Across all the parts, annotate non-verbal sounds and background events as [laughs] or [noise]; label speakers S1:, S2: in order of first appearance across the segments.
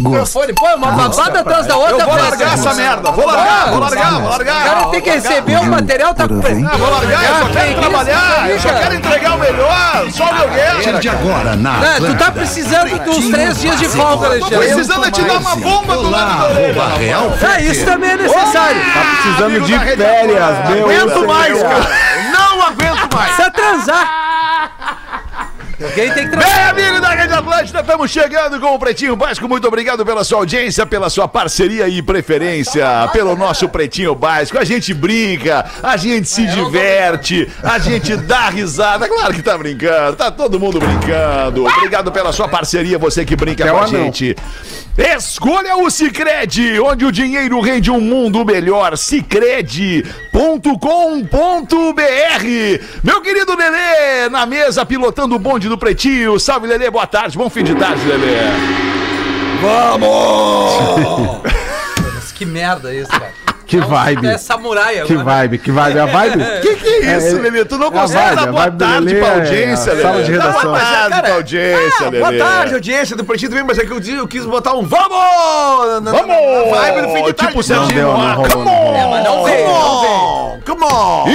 S1: Microfone, pô, é uma babada atrás da outra.
S2: Eu vou
S1: parceiro.
S2: largar essa merda. Vou largar, vou largar, vou
S1: O
S2: largar.
S1: cara tem que receber o material, tá com
S2: Ah, vou largar, eu só quero trabalhar, eu só quero entregar o melhor, só o meu
S3: A partir de
S2: guerra.
S3: agora na
S1: Ah, tu tá
S3: Atlântida.
S1: precisando de uns três dias de folga,
S2: Tô
S1: Alexandre.
S2: precisando é te dar uma bomba do lado da orelha.
S3: Real
S1: Ah, isso também é necessário.
S4: Precisando
S2: Amigo
S4: de
S2: da Rede
S4: férias, meu.
S2: Não aguento mais, cara. Não aguento mais.
S1: Precisa transar. Alguém tem que
S5: Né?
S1: transar.
S2: Bem, É, amigo da Rede Atlântica, estamos chegando com o Pretinho Básico. Muito obrigado pela sua audiência, pela sua parceria e preferência, pelo nosso Pretinho Básico. A gente brinca, a gente se diverte, a gente dá risada. Claro que tá brincando, tá todo mundo brincando. Obrigado pela sua parceria, você que brinca com a gente. Escolha o Cicred, onde o dinheiro rende um mundo melhor. Cicred.com.br. Meu querido Lelê, na mesa, pilotando o bonde do Pretinho. Salve, Lelê, boa tarde. Bom fim de tarde, Lelê.
S1: Que merda é isso, cara.
S4: Que vibe.
S1: É samurai
S4: Que
S1: agora.
S4: vibe, que vibe. A vibe.
S2: Que que é isso,
S4: É,
S2: Lelê? Tu não
S4: é a
S2: consegue
S4: vibe,
S2: dar
S4: a
S2: boa
S4: vibe do
S2: tarde
S4: Lelê
S2: pra
S4: é
S2: audiência,
S4: a
S2: Lelê.
S4: sala de
S5: Tá
S2: Dá
S4: redação.
S2: Boa tarde pra audiência,
S5: é, Ah,
S2: Lelê.
S5: boa tarde, audiência do Pretinho também, mas é que eu, di- eu quis botar um vamos! na- na-
S2: Vamos!
S5: na Vibe do fim de tarde.
S2: tipo Serginho
S4: deu, não
S2: Moá.
S4: rolou, não
S2: Come
S4: deu.
S2: on!
S1: Mas não veio, não veio.
S5: Come on! Come on!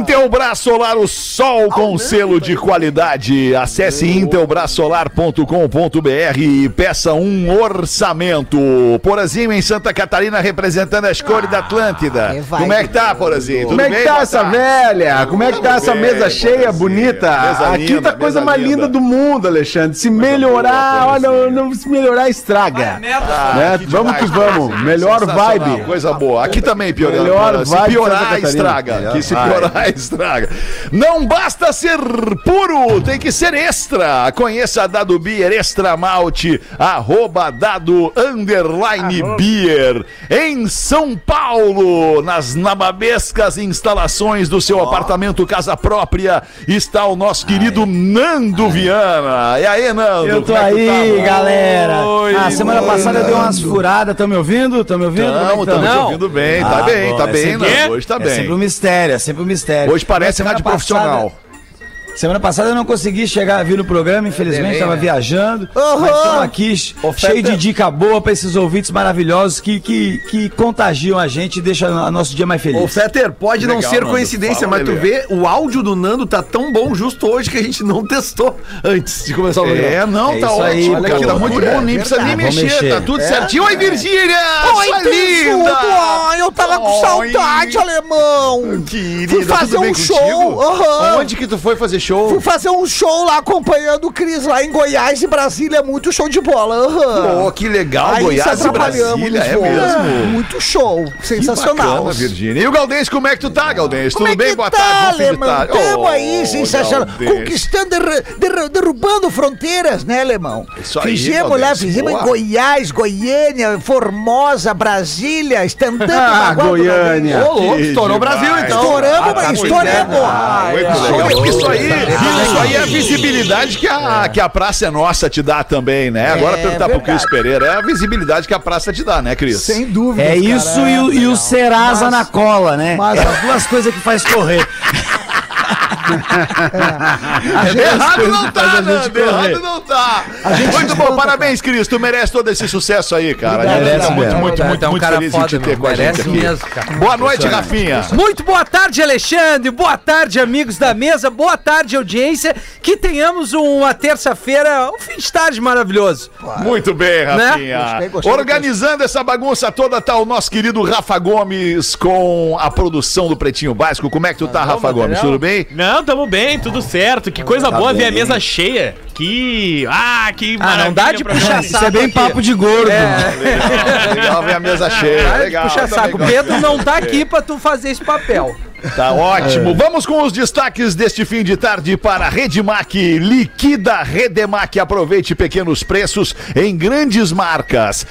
S2: Intelbras Solar, o sol com selo de qualidade. Acesse intelbrasolar.com.br e peça um orçamento. Porazinho em Santa Catarina representando as cores da Atlântida. Como é que tá, Porazinho?
S4: Como é que tá essa velha? Como é que tá essa
S2: bem,
S4: mesa
S2: Borazinha.
S4: cheia, bonita?
S2: Mesa
S4: Aqui
S2: linda,
S4: tá a coisa
S2: mesa
S4: mais linda.
S2: linda
S4: do mundo, Alexandre. Se melhorar,
S2: boa, assim.
S4: olha,
S2: Borazinha.
S4: não, se melhorar, estraga.
S2: Ah,
S1: Merda.
S4: Né? Vamos que vamos. Melhor vibe.
S2: Coisa boa. Aqui também piorando.
S4: Melhor
S2: Melhor se
S4: vibe Santa
S2: piorar,
S4: Catarina.
S2: estraga.
S4: Melhor
S2: Que se
S4: vibe.
S2: piorar, [laughs] estraga. Não basta ser puro, tem que ser extra. Conheça a Dado Beer Extra Malte, arroba Dado Underline Beer, em São Paulo, nas nababescas instalações do seu apartamento casa própria, está o nosso querido Nando Viana. E aí, Nando?
S6: Eu tô
S2: como é que tu
S6: aí,
S2: tá, mano?
S6: galera.
S2: Oi,
S6: ah, semana
S2: mano.
S6: passada eu dei umas furadas. Tão me ouvindo? Tão me ouvindo?
S2: Não,
S6: Como é que
S2: estamos
S6: tão?
S2: te ouvindo bem, tá
S6: Ah,
S2: bem,
S6: bom,
S2: tá
S6: é
S2: bem,
S6: sempre-
S2: Nando, hoje tá
S6: É sempre um
S2: bem.
S6: mistério, é sempre um mistério.
S2: Hoje parece
S6: Mas
S2: rádio
S6: semana
S2: profissional.
S6: passada- Semana passada eu não consegui chegar a vir no programa, infelizmente, estava viajando. Mas estamos aqui, cheio de dica boa pra esses ouvintes maravilhosos que, que, que contagiam a gente e deixam o nosso dia mais
S5: Ô,
S6: feliz.
S5: Fetter, pode não
S2: Legal,
S5: ser
S2: Nando.
S5: coincidência,
S2: Fala,
S5: mas tu
S2: Lelê.
S5: vê, o áudio do Nando tá tão bom justo hoje que a gente não testou antes de começar o programa.
S2: É, não,
S6: É
S2: tá
S6: isso aí,
S2: ótimo,
S6: olha
S2: cara.
S6: que
S2: Tá
S6: loucura,
S2: muito bom, nem
S6: é
S2: precisa nem
S6: verdade.
S2: mexer,
S6: Vou
S2: tá
S6: mexer.
S2: tudo certinho. Oi, Virgínia! Sua linda!
S7: Ai, eu tava com
S2: Oi.
S7: saudade, alemão.
S2: Querida,
S7: Fui fazer
S2: tudo bem
S7: um
S2: contigo?
S7: show, aham.
S2: Onde que tu foi fazer show?
S7: Fui fazer um show lá acompanhando o Cris lá em Goiás e Brasília. Muito show de bola, aham.
S2: Pô, que legal,
S7: Aí
S2: Goiás
S7: se
S2: e
S7: atrapalhamos
S2: Brasília,
S7: nos
S2: é
S7: voos.
S2: mesmo.
S7: Muito show,
S2: Que
S7: sensacional.
S2: bacana, Virgínia. E o Galdês, como é que tu tá, Galdês?
S7: Como
S2: Tudo
S7: é
S2: bem?
S7: que
S2: Boa
S7: tá,
S2: tarde, bom fim de
S7: alemão?
S2: tarde.
S7: Tamo
S2: Ô,
S7: aí, sensacional.
S2: Galdês.
S7: Conquistando, derru- derru- derrubando fronteiras, né, alemão?
S2: Isso aí,
S7: fizemos lá,
S2: Galdês,
S7: fizemos
S2: boa.
S7: em Goiás, Goiânia, Formosa,
S2: [laughs]
S7: Brasília, estantando
S4: Ah, Goiânia.
S5: Ô, louco, estourou o Brasil,
S2: demais.
S5: então.
S7: Estouramos,
S2: tá
S7: mas
S2: muito
S7: estouramos.
S2: Ah, Muito legal. Isso aí, isso aí é a visibilidade que a, que a Praça é Nossa te dá também, né? Agora
S7: É
S2: perguntar pro
S7: verdade.
S2: Cris Pereira, é a visibilidade que a Praça te dá, né, Cris?
S7: Sem dúvida.
S6: É isso e o, e o Serasa na cola, né?
S7: mas-
S6: Mas as duas coisas que faz correr.
S2: É, de errado não
S6: coisas faz
S2: tá,
S6: a gente
S2: Nando, de errado
S6: correr.
S2: não tá. Muito bom, parabéns, Cris, tu merece todo esse sucesso aí, cara. A gente
S6: Merece
S2: tá muito,
S6: mesmo.
S2: muito, muito,
S1: É um
S2: muito
S1: cara
S2: feliz em
S1: foda
S2: te ter
S1: mesmo,
S2: com a gente
S1: merece
S2: aqui.
S1: mesmo, cara.
S2: Boa noite, Rafinha.
S1: Muito boa tarde, Alexandre. Boa tarde, amigos da mesa. Boa tarde, audiência. Que tenhamos uma terça-feira, um fim de tarde maravilhoso.
S2: Muito bem,
S1: Né?
S2: Rafinha.
S7: Gostei, gostei.
S2: Organizando essa bagunça toda tá o nosso querido Rafa Gomes com a produção do Pretinho Básico. Como é que tu tá, Rafa Gomes? Tudo bem?
S8: Não, tamo bem, tudo certo. Que coisa boa ver a mesa cheia. Que. Ah, que
S1: Tá Ah, não dá de
S8: pra mim.
S1: puxar
S6: Isso é
S1: saco.
S6: bem papo de gordo.
S2: Legal, legal ver a mesa cheia.
S1: Para de
S2: Legal,
S1: puxar
S2: também
S1: saco.
S2: gosto.
S1: Pedro não
S5: É.
S1: tá aqui pra tu fazer esse papel.
S2: Tá ótimo. Vamos com os destaques deste fim de tarde para a Redemac. Liquida Redemac. Aproveite pequenos preços em grandes marcas.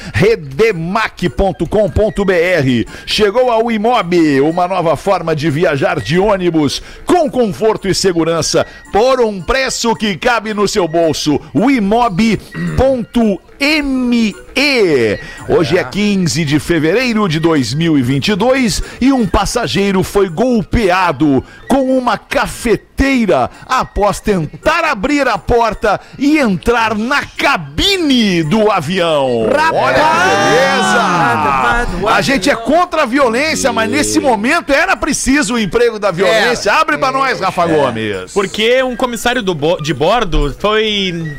S2: Redemac.com.br. Chegou ao Imob, uma nova forma de viajar de ônibus com conforto e segurança por um preço que cabe no seu bolso. O Imob.com.br ME. Hoje é 15 de fevereiro de 2022 e um passageiro foi golpeado com uma cafeteira após tentar abrir a porta e entrar na cabine do avião. Olha que beleza! A gente é contra a violência, mas nesse momento era preciso o emprego da violência. Abre pra nós, Rafa Gomes.
S8: Porque um comissário do bo- de bordo foi.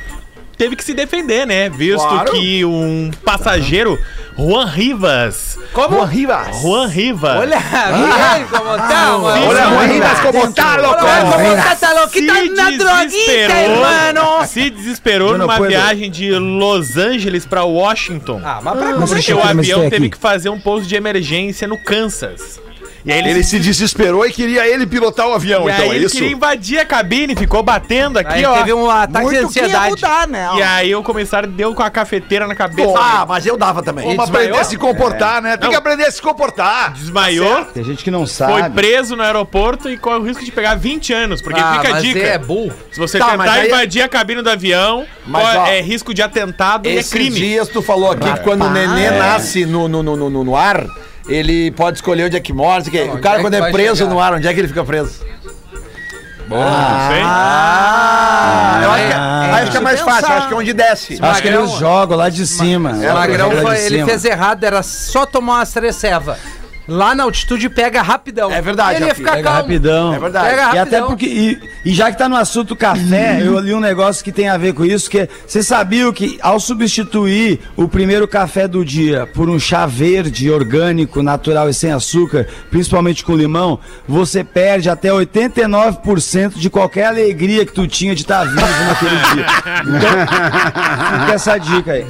S8: Teve que se defender, né? Visto
S2: Claro.
S8: que um passageiro, Juan Rivas.
S2: Como? Rivas.
S8: Juan Rivas.
S1: Olha,
S5: Ah.
S1: olha como tá, mano.
S8: Olha,
S2: Olha,
S8: Juan
S2: Rivas, como tá, louco?
S5: Ah,
S1: como tá, tá louco. Que tá
S8: se
S1: na droguita,
S8: desesperou-
S1: hermano.
S8: Se desesperou
S6: Dona
S8: numa
S6: Pedro.
S8: viagem de Los Angeles pra Washington.
S1: Ah, mas pra
S6: Mas
S1: como
S8: porque
S6: deixa
S8: o
S6: eu ver, mas
S8: avião
S6: tem
S8: teve
S6: aqui.
S8: que fazer um pouso de emergência no Kansas. E aí ele,
S2: Ele se desesperou e queria ele pilotar o avião,
S8: e aí
S2: então é
S8: ele
S2: isso?
S8: queria invadir a cabine, ficou batendo aqui,
S1: Aí
S8: ó.
S1: teve um ataque de
S7: Muito que ia
S1: ansiedade.
S7: mudar, né?
S8: E aí o comissário deu com a cafeteira na cabeça.
S5: Ah, mas eu dava também.
S2: Vamos
S8: desmaiou?
S2: aprender a se
S8: É.
S2: comportar, né? Tem que aprender a se comportar.
S8: desmaiou,
S5: Tá
S6: Tem gente que não
S8: foi
S6: sabe.
S8: preso no aeroporto e corre o risco de pegar 20 anos, porque
S5: Ah,
S8: fica a
S5: mas
S8: dica.
S5: é
S8: burro. Se você
S5: Tá, mas
S8: tentar
S5: aí-
S8: invadir a cabine do avião,
S5: Mas,
S8: ó,
S5: ó,
S8: é risco de atentado e é
S5: Esses
S8: crime.
S5: dias tu falou aqui que quando o nenê nasce no, no, no, no, no- no ar, ele pode escolher onde é que mora. não sei o quê. o
S1: Ah,
S5: cara, quando é preso no ar, onde é que ele fica preso?
S8: Não sei.
S5: Ah, eu acho que, aí fica mais né?
S7: pensar.
S5: fácil, eu acho que é onde desce.
S6: Acho que eles jogam lá de cima.
S1: O É, Magrão
S6: Lá de
S1: foi, ele
S6: cima.
S1: fez errado, era só tomar umas três ceva. Lá na altitude pega rapidão.
S5: É verdade,
S1: Ele ia
S5: Rafinha,
S1: ficar
S6: Pega
S1: calmo.
S6: rapidão.
S5: É verdade.
S1: Pega
S6: E até
S1: rapidão.
S6: porque. E, e já que tá no
S5: [laughs]
S6: assunto café, eu li um negócio que tem a ver com isso, que é- você sabia que ao substituir o primeiro café do dia por um chá verde, orgânico, natural e sem açúcar, principalmente com limão, você perde até 89% de qualquer alegria que tu tinha de estar vivo
S5: [laughs]
S6: naquele dia. Então, fica essa dica aí.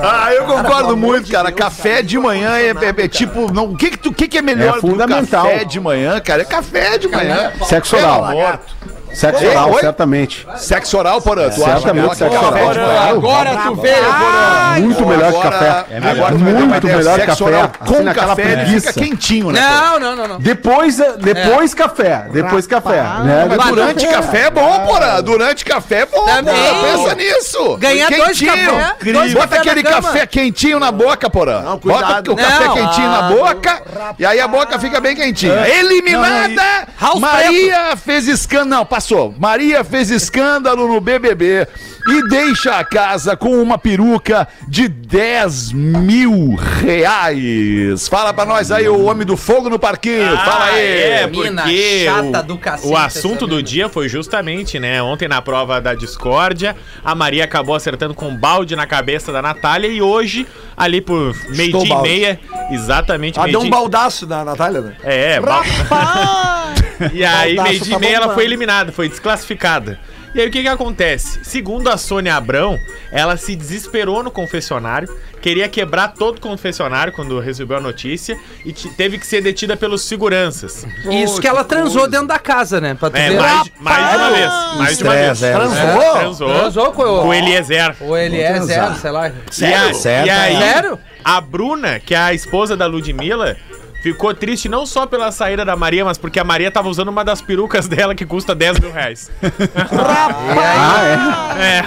S2: Ah, eu concordo muito, cara. café de manhã é, é- é tipo. Não, o que, que, tu, o que, que é melhor
S4: É fundamental.
S2: do que café de manhã, cara? É café de manhã.
S4: Sexo
S2: Pelo
S4: oral.
S2: amor.
S4: Sexo
S2: Ei,
S4: oral,
S2: oi?
S4: certamente.
S2: Sexo oral, Porã. Tu acha
S4: Certamente
S2: aquela que é
S4: sexo
S2: café
S4: oral. tá
S2: de
S4: Porã,
S2: manhã?
S5: Agora tu veio, Porã.
S4: Muito
S2: Bom,
S4: É melhor que
S2: agora-
S4: café.
S2: Agora tu vai ter uma
S4: Muito
S2: ideia,
S4: melhor que
S2: sexo
S4: café.
S2: oral
S4: Assim,
S2: Com
S4: naquela
S2: café ele fica
S4: preguiça.
S2: quentinho, né? Porã?
S1: Não, não, não, não.
S4: Depois, eh, depois café. Depois café. Né?
S2: Mas durante café é bom, porra. Durante café é bom,
S1: Também.
S2: porra. Pensa nisso.
S1: Ganhar dois
S2: Quentinho.
S1: café,
S2: Incrível.
S1: dois
S2: Bota
S1: café na
S2: aquele
S1: cama.
S2: café quentinho na boca, porra. Bota o café
S1: Não. Ah,
S2: quentinho na boca e aí a boca fica bem quentinha.
S1: É.
S2: Eliminada!
S1: House
S2: Maria fez escândalo. Não, passou. Maria fez escândalo no BBB e deixa a casa com uma peruca de 10 mil reais. Fala pra nós aí, o homem do fogo no parquinho. Fala aí.
S8: É,
S1: Ah, Mina
S8: porque
S1: chata
S8: o,
S1: do cacete,
S8: o assunto
S1: essa
S8: do
S1: mina.
S8: dia foi justamente, né? Ontem na prova da discórdia, a Maria acabou acertando com um balde na cabeça da Natália e hoje, ali por meio
S5: o
S8: dia e
S5: balde.
S8: meia, exatamente
S5: Ah,
S8: meio
S5: deu um baldaço na Natália, né?
S8: É, balde. [laughs] E aí,
S7: Baldaço
S8: meio dia
S7: tá
S8: e meia, ela
S7: bombando.
S8: foi eliminada, foi desclassificada. E aí, o que que acontece? Segundo a Sônia Abrão, ela se desesperou no confessionário, queria quebrar todo o confessionário quando recebeu a notícia e te- teve que ser detida pelos seguranças.
S1: Isso que ela transou dentro da casa, né? Pra tu
S8: É,
S1: ver.
S8: mais, mais de uma vez. Mais de uma vez.
S6: Estresse, é.
S8: Transou? transou.
S1: Transou com o...
S8: Com o Eliezer.
S1: Ou ele é zero, sei lá.
S8: Sério? tá E, a- e aí,
S1: Sério?
S8: a Bruna, que é a esposa da Ludmilla, ficou triste não só pela saída da Maria, mas porque a Maria tava usando uma das perucas dela que custa 10
S1: [laughs]
S8: mil reais. é.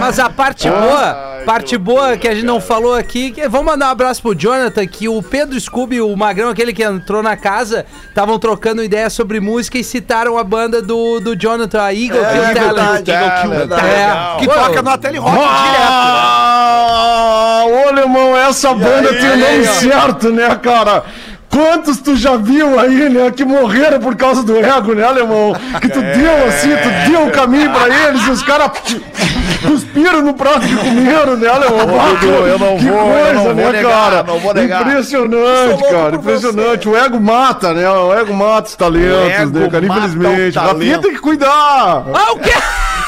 S1: Mas a parte boa, parte boa que a gente não falou aqui, que- vamos mandar um abraço pro Jonathan, que o Pedro Scooby, o Magrão, aquele que entrou na casa, estavam trocando ideia sobre música e citaram a banda do, do Jonathan, a Eagle Kill Talent. É,
S5: Que
S1: Pô,
S5: toca no Ateli Rock direto.
S4: Ah, ô, irmão, essa banda tem o nome certo, né, cara? Quantos tu já viu aí, né, que morreram por causa do ego, né, alemão? Que tu
S2: É.
S4: deu assim, tu deu o caminho pra eles e os caras cuspiram no prato que comeram, né, alemão?
S2: Dudu, eu não
S4: que
S2: vou, eu
S4: coisa,
S2: não vou
S4: né,
S2: negar,
S4: cara?
S2: não vou negar.
S4: Impressionante, cara, impressionante. O ego mata, né? O ego mata os
S2: O ego
S4: talentos, né, cara?
S2: mata o
S4: Infelizmente.
S2: talento.
S4: Rafinha tem que cuidar.
S1: Ah, o quê? [laughs]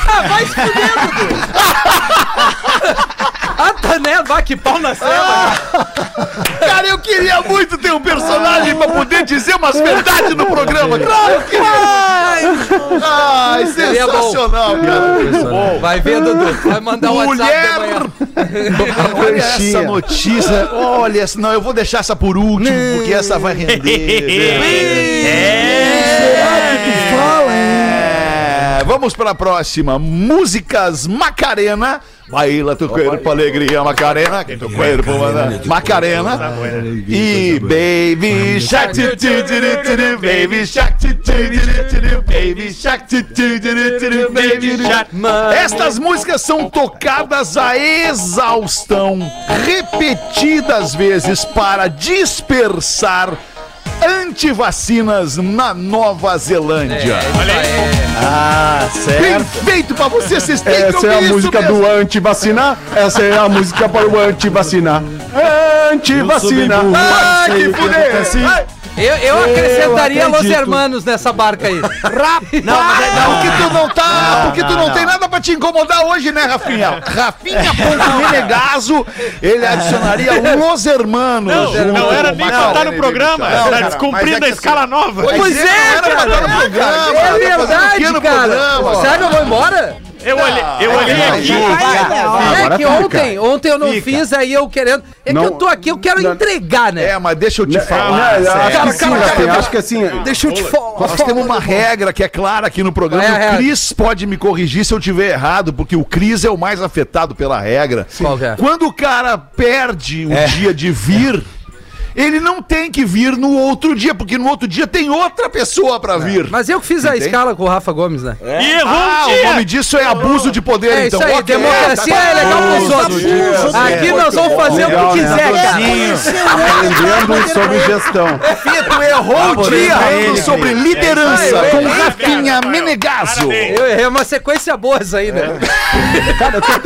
S1: Ah, Vai se fuder, Dudu! [laughs] Ah, tá, né? Vai que pau na cela!
S2: Cara, eu queria muito ter um personagem pra poder dizer umas verdades no programa. Claro, eu queria. Ai,
S1: Seria bom.
S2: sensacional, cara. Bom.
S1: Vai ver, Dudu. Vai mandar um WhatsApp
S2: Mulher!
S1: amanhã.
S2: Olha essa notícia. [laughs] Olha, essa- não, eu vou deixar essa por último, porque essa vai [laughs] É. render. velho.
S8: É.
S4: Fala, hein?
S2: É, vamos para a próxima. Músicas Macarena. Baila tu corpo, alegria Macarena. Que tu corpo, manda- Macarena. E Baby Shark. tu, tu, tu, tu, tu, tu, Baby Shark. tu, tu, tu, tu, tu, Baby Shark. tu, tu, tu, tu, tu, tu, Baby Shark. Estas músicas são tocadas a exaustão, repetidas vezes para dispersar antivacinas na Nova Zelândia. Bem feito pra você, vocês têm que
S4: Ah, Essa
S2: ouvir
S4: é a
S2: isso
S4: música
S2: mesmo.
S4: do anti-vacina. Essa é a música para o anti-vacina. Anti-vacina.
S2: Ai, que fuder! Ai,
S1: Eu, eu acrescentaria
S4: acredito.
S1: Los Hermanos nessa barca aí.
S2: Não, mas é- não, porque tu não tá. porque tu não, tem nada pra te incomodar hoje, né, [laughs] Rafinha? Rafinha ponto Menegaso, ele [laughs] adicionaria Los Hermanos.
S8: Não,
S2: junto
S8: não
S2: com
S8: era
S2: o
S8: nem
S2: Macarena
S8: pra estar no
S2: e
S8: programa.
S2: Baby Shark.
S8: tá descumprindo a escala nova.
S2: Pois é, não era pra estar no programa. tá
S1: É
S2: fazendo um
S1: verdade,
S2: pequeno
S1: cara.
S2: programa.
S1: Sério, eu vou embora?
S8: Eu olhei, eu
S2: é
S8: olhei
S2: verdade.
S8: aqui.
S1: é que ontem, ontem eu não fiz, aí eu querendo. É
S4: Não.
S1: que eu tô aqui, eu quero entregar, né?
S2: É, mas deixa eu te falar.
S4: Ah, né, acho
S2: sério.
S4: que sim, Rafinha. Acho que assim.
S7: Deixa eu te falar.
S2: Nós temos uma regra que é clara aqui no programa.
S1: Qual é a
S2: e o
S1: regra?
S2: Cris pode me corrigir se eu tiver errado, porque o Cris é o mais afetado pela regra.
S1: Qual que é?
S2: Quando o cara perde o dia de vir, ele não tem que vir no outro dia, porque no outro dia tem outra pessoa pra vir.
S1: Mas eu que fiz a
S2: Entende?
S1: escala com o Rafa Gomes, né?
S8: E errou
S2: Ah,
S8: um
S2: o
S8: dia.
S2: nome disso é abuso de poder,
S1: É
S2: então.
S1: isso aí,
S2: Ok,
S1: democracia
S2: tá
S1: é legal
S2: bom.
S1: pros outros. Aqui nós vamos fazer o
S4: Legal,
S1: que
S4: né?
S1: quiser, cara.
S4: Aprendendo sobre gestão.
S2: Tu
S1: um
S2: errou o dia falando sobre liderança
S1: É isso aí,
S2: com
S8: é isso aí.
S2: Rafinha
S8: Rafael.
S2: Menegasso.
S8: Parabéns.
S1: Eu errei uma sequência boa essa aí,
S4: É.
S1: né?
S4: Cara, eu tô- eu-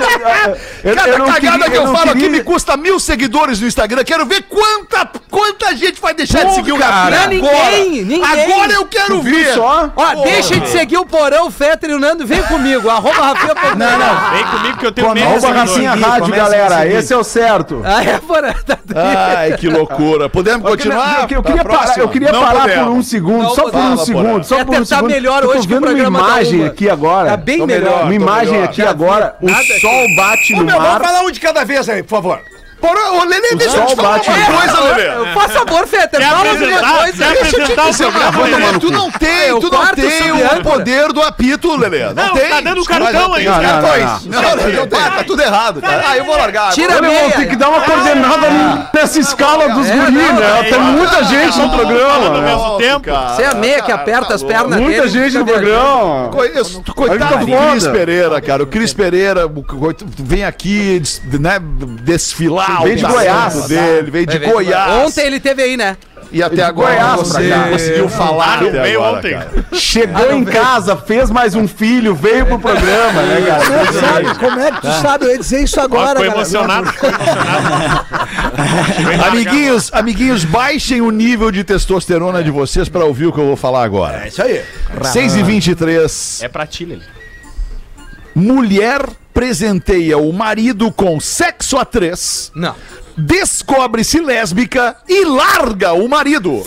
S4: eu
S2: Cada
S4: não
S2: cagada
S4: queria-
S2: que eu,
S4: não
S2: falo aqui
S4: queria-
S2: me custa mil seguidores no Instagram. Quero ver quanta, quanta gente vai deixar de seguir o Rafinha.
S1: não, ninguém, ninguém.
S2: Agora eu quero
S4: Viu
S2: ver.
S4: só?
S1: Ó, deixa de seguir o Porão, o Fetter e o Nando, vem comigo, arroba Rafinha Porão. Não, não.
S8: Vem comigo que eu tenho medo.
S4: Arroba Rafinha Rádio, galera. Esse é o certo.
S1: Ah, é, Porão, [laughs] tá
S2: Ai, que loucura. Podemos
S4: Eu queria-
S2: continuar?
S4: eu queria- Eu queria
S2: Pra
S4: parar,
S2: próxima?
S4: eu queria
S2: Não
S4: parar
S2: podemos.
S4: por um segundo,
S1: Não
S4: só por um
S1: podemos.
S4: segundo, só
S1: Quer
S4: por um
S1: tentar
S4: segundo.
S1: melhor
S4: Eu
S1: hoje que o
S4: vendo uma
S1: programa tá
S4: imagem
S1: uma.
S4: aqui agora.
S1: Tá bem
S4: Tô
S1: melhor,
S4: Uma
S1: tô
S4: imagem
S2: melhor.
S4: aqui agora, o sol bate no
S5: Ô, meu, vamos
S4: mar.
S5: falar um de cada vez aí, por favor.
S2: Porra, ô, Lelê, deixa eu
S4: sol
S2: te falar
S4: bate
S2: uma
S4: no
S2: coisa, Lelê.
S1: Eu faço É, favor, Fetter,
S8: Quer
S1: fala alguma
S8: apresentar,
S1: coisa.
S8: quer apresentar o
S2: Seu
S8: programa,
S2: gravando,
S8: Lelê?
S2: mano, tu não tem,
S1: É, o
S2: tu não
S1: quarto
S2: tem
S1: sobre
S2: o
S1: âncora.
S2: poder do apito, Lelê. Não,
S8: Não,
S2: tem.
S8: tá dando
S2: Os caras
S8: cartão
S2: já
S8: aí,
S2: têm
S8: os
S4: caras
S2: cartões.
S4: tão aí.
S2: Não, não, não, tá, tá tudo errado, cara. Ah, eu vou largar.
S1: Tira a
S4: Olha, irmão,
S1: meia.
S4: tem que dar uma coordenada ali nessa escala dos
S1: é,
S4: guris,
S1: não,
S4: né?
S1: é,
S4: Tem muita gente no
S8: não,
S4: programa. né?
S8: não. mesmo um tempo.
S1: Você é a meia que aperta as pernas
S4: Ah, tá Muita
S1: dele,
S4: gente no
S1: Tá cadê a
S4: programa.
S2: Co- eu-
S4: Olha
S2: Coitado
S4: que
S2: do Cris
S4: foda.
S2: Pereira, cara. O Cris Pereira o co- vem aqui des- né, desfilar
S4: Vem de
S2: o talento
S4: Goiás.
S2: dele, É, vem de
S1: Vem, vem,
S2: Goiás.
S1: Ontem ele teve aí, né?
S2: e até agora
S4: Goiás né? pra
S2: não consegui-
S4: cá.
S2: não conseguiu falar. né?
S8: Veio
S2: até agora,
S8: ontem.
S2: cara.
S4: Chegou em casa, fez mais um filho, veio pro programa, [laughs] né,
S7: Você
S4: cara?
S7: sabe como é que tu sabe? Eu ia dizer isso
S8: Ó,
S7: agora,
S8: ficou
S7: cara.
S8: emocionado. Ficou emocionado.
S2: Amiguinhos, amiguinhos, baixem o nível de testosterona de vocês pra ouvir o que eu vou falar agora.
S5: É isso aí.
S2: 6h23.
S8: É pra ti, Lili.
S2: Mulher presenteia o marido com sexo a três,
S1: Não.
S2: descobre-se lésbica e larga o marido.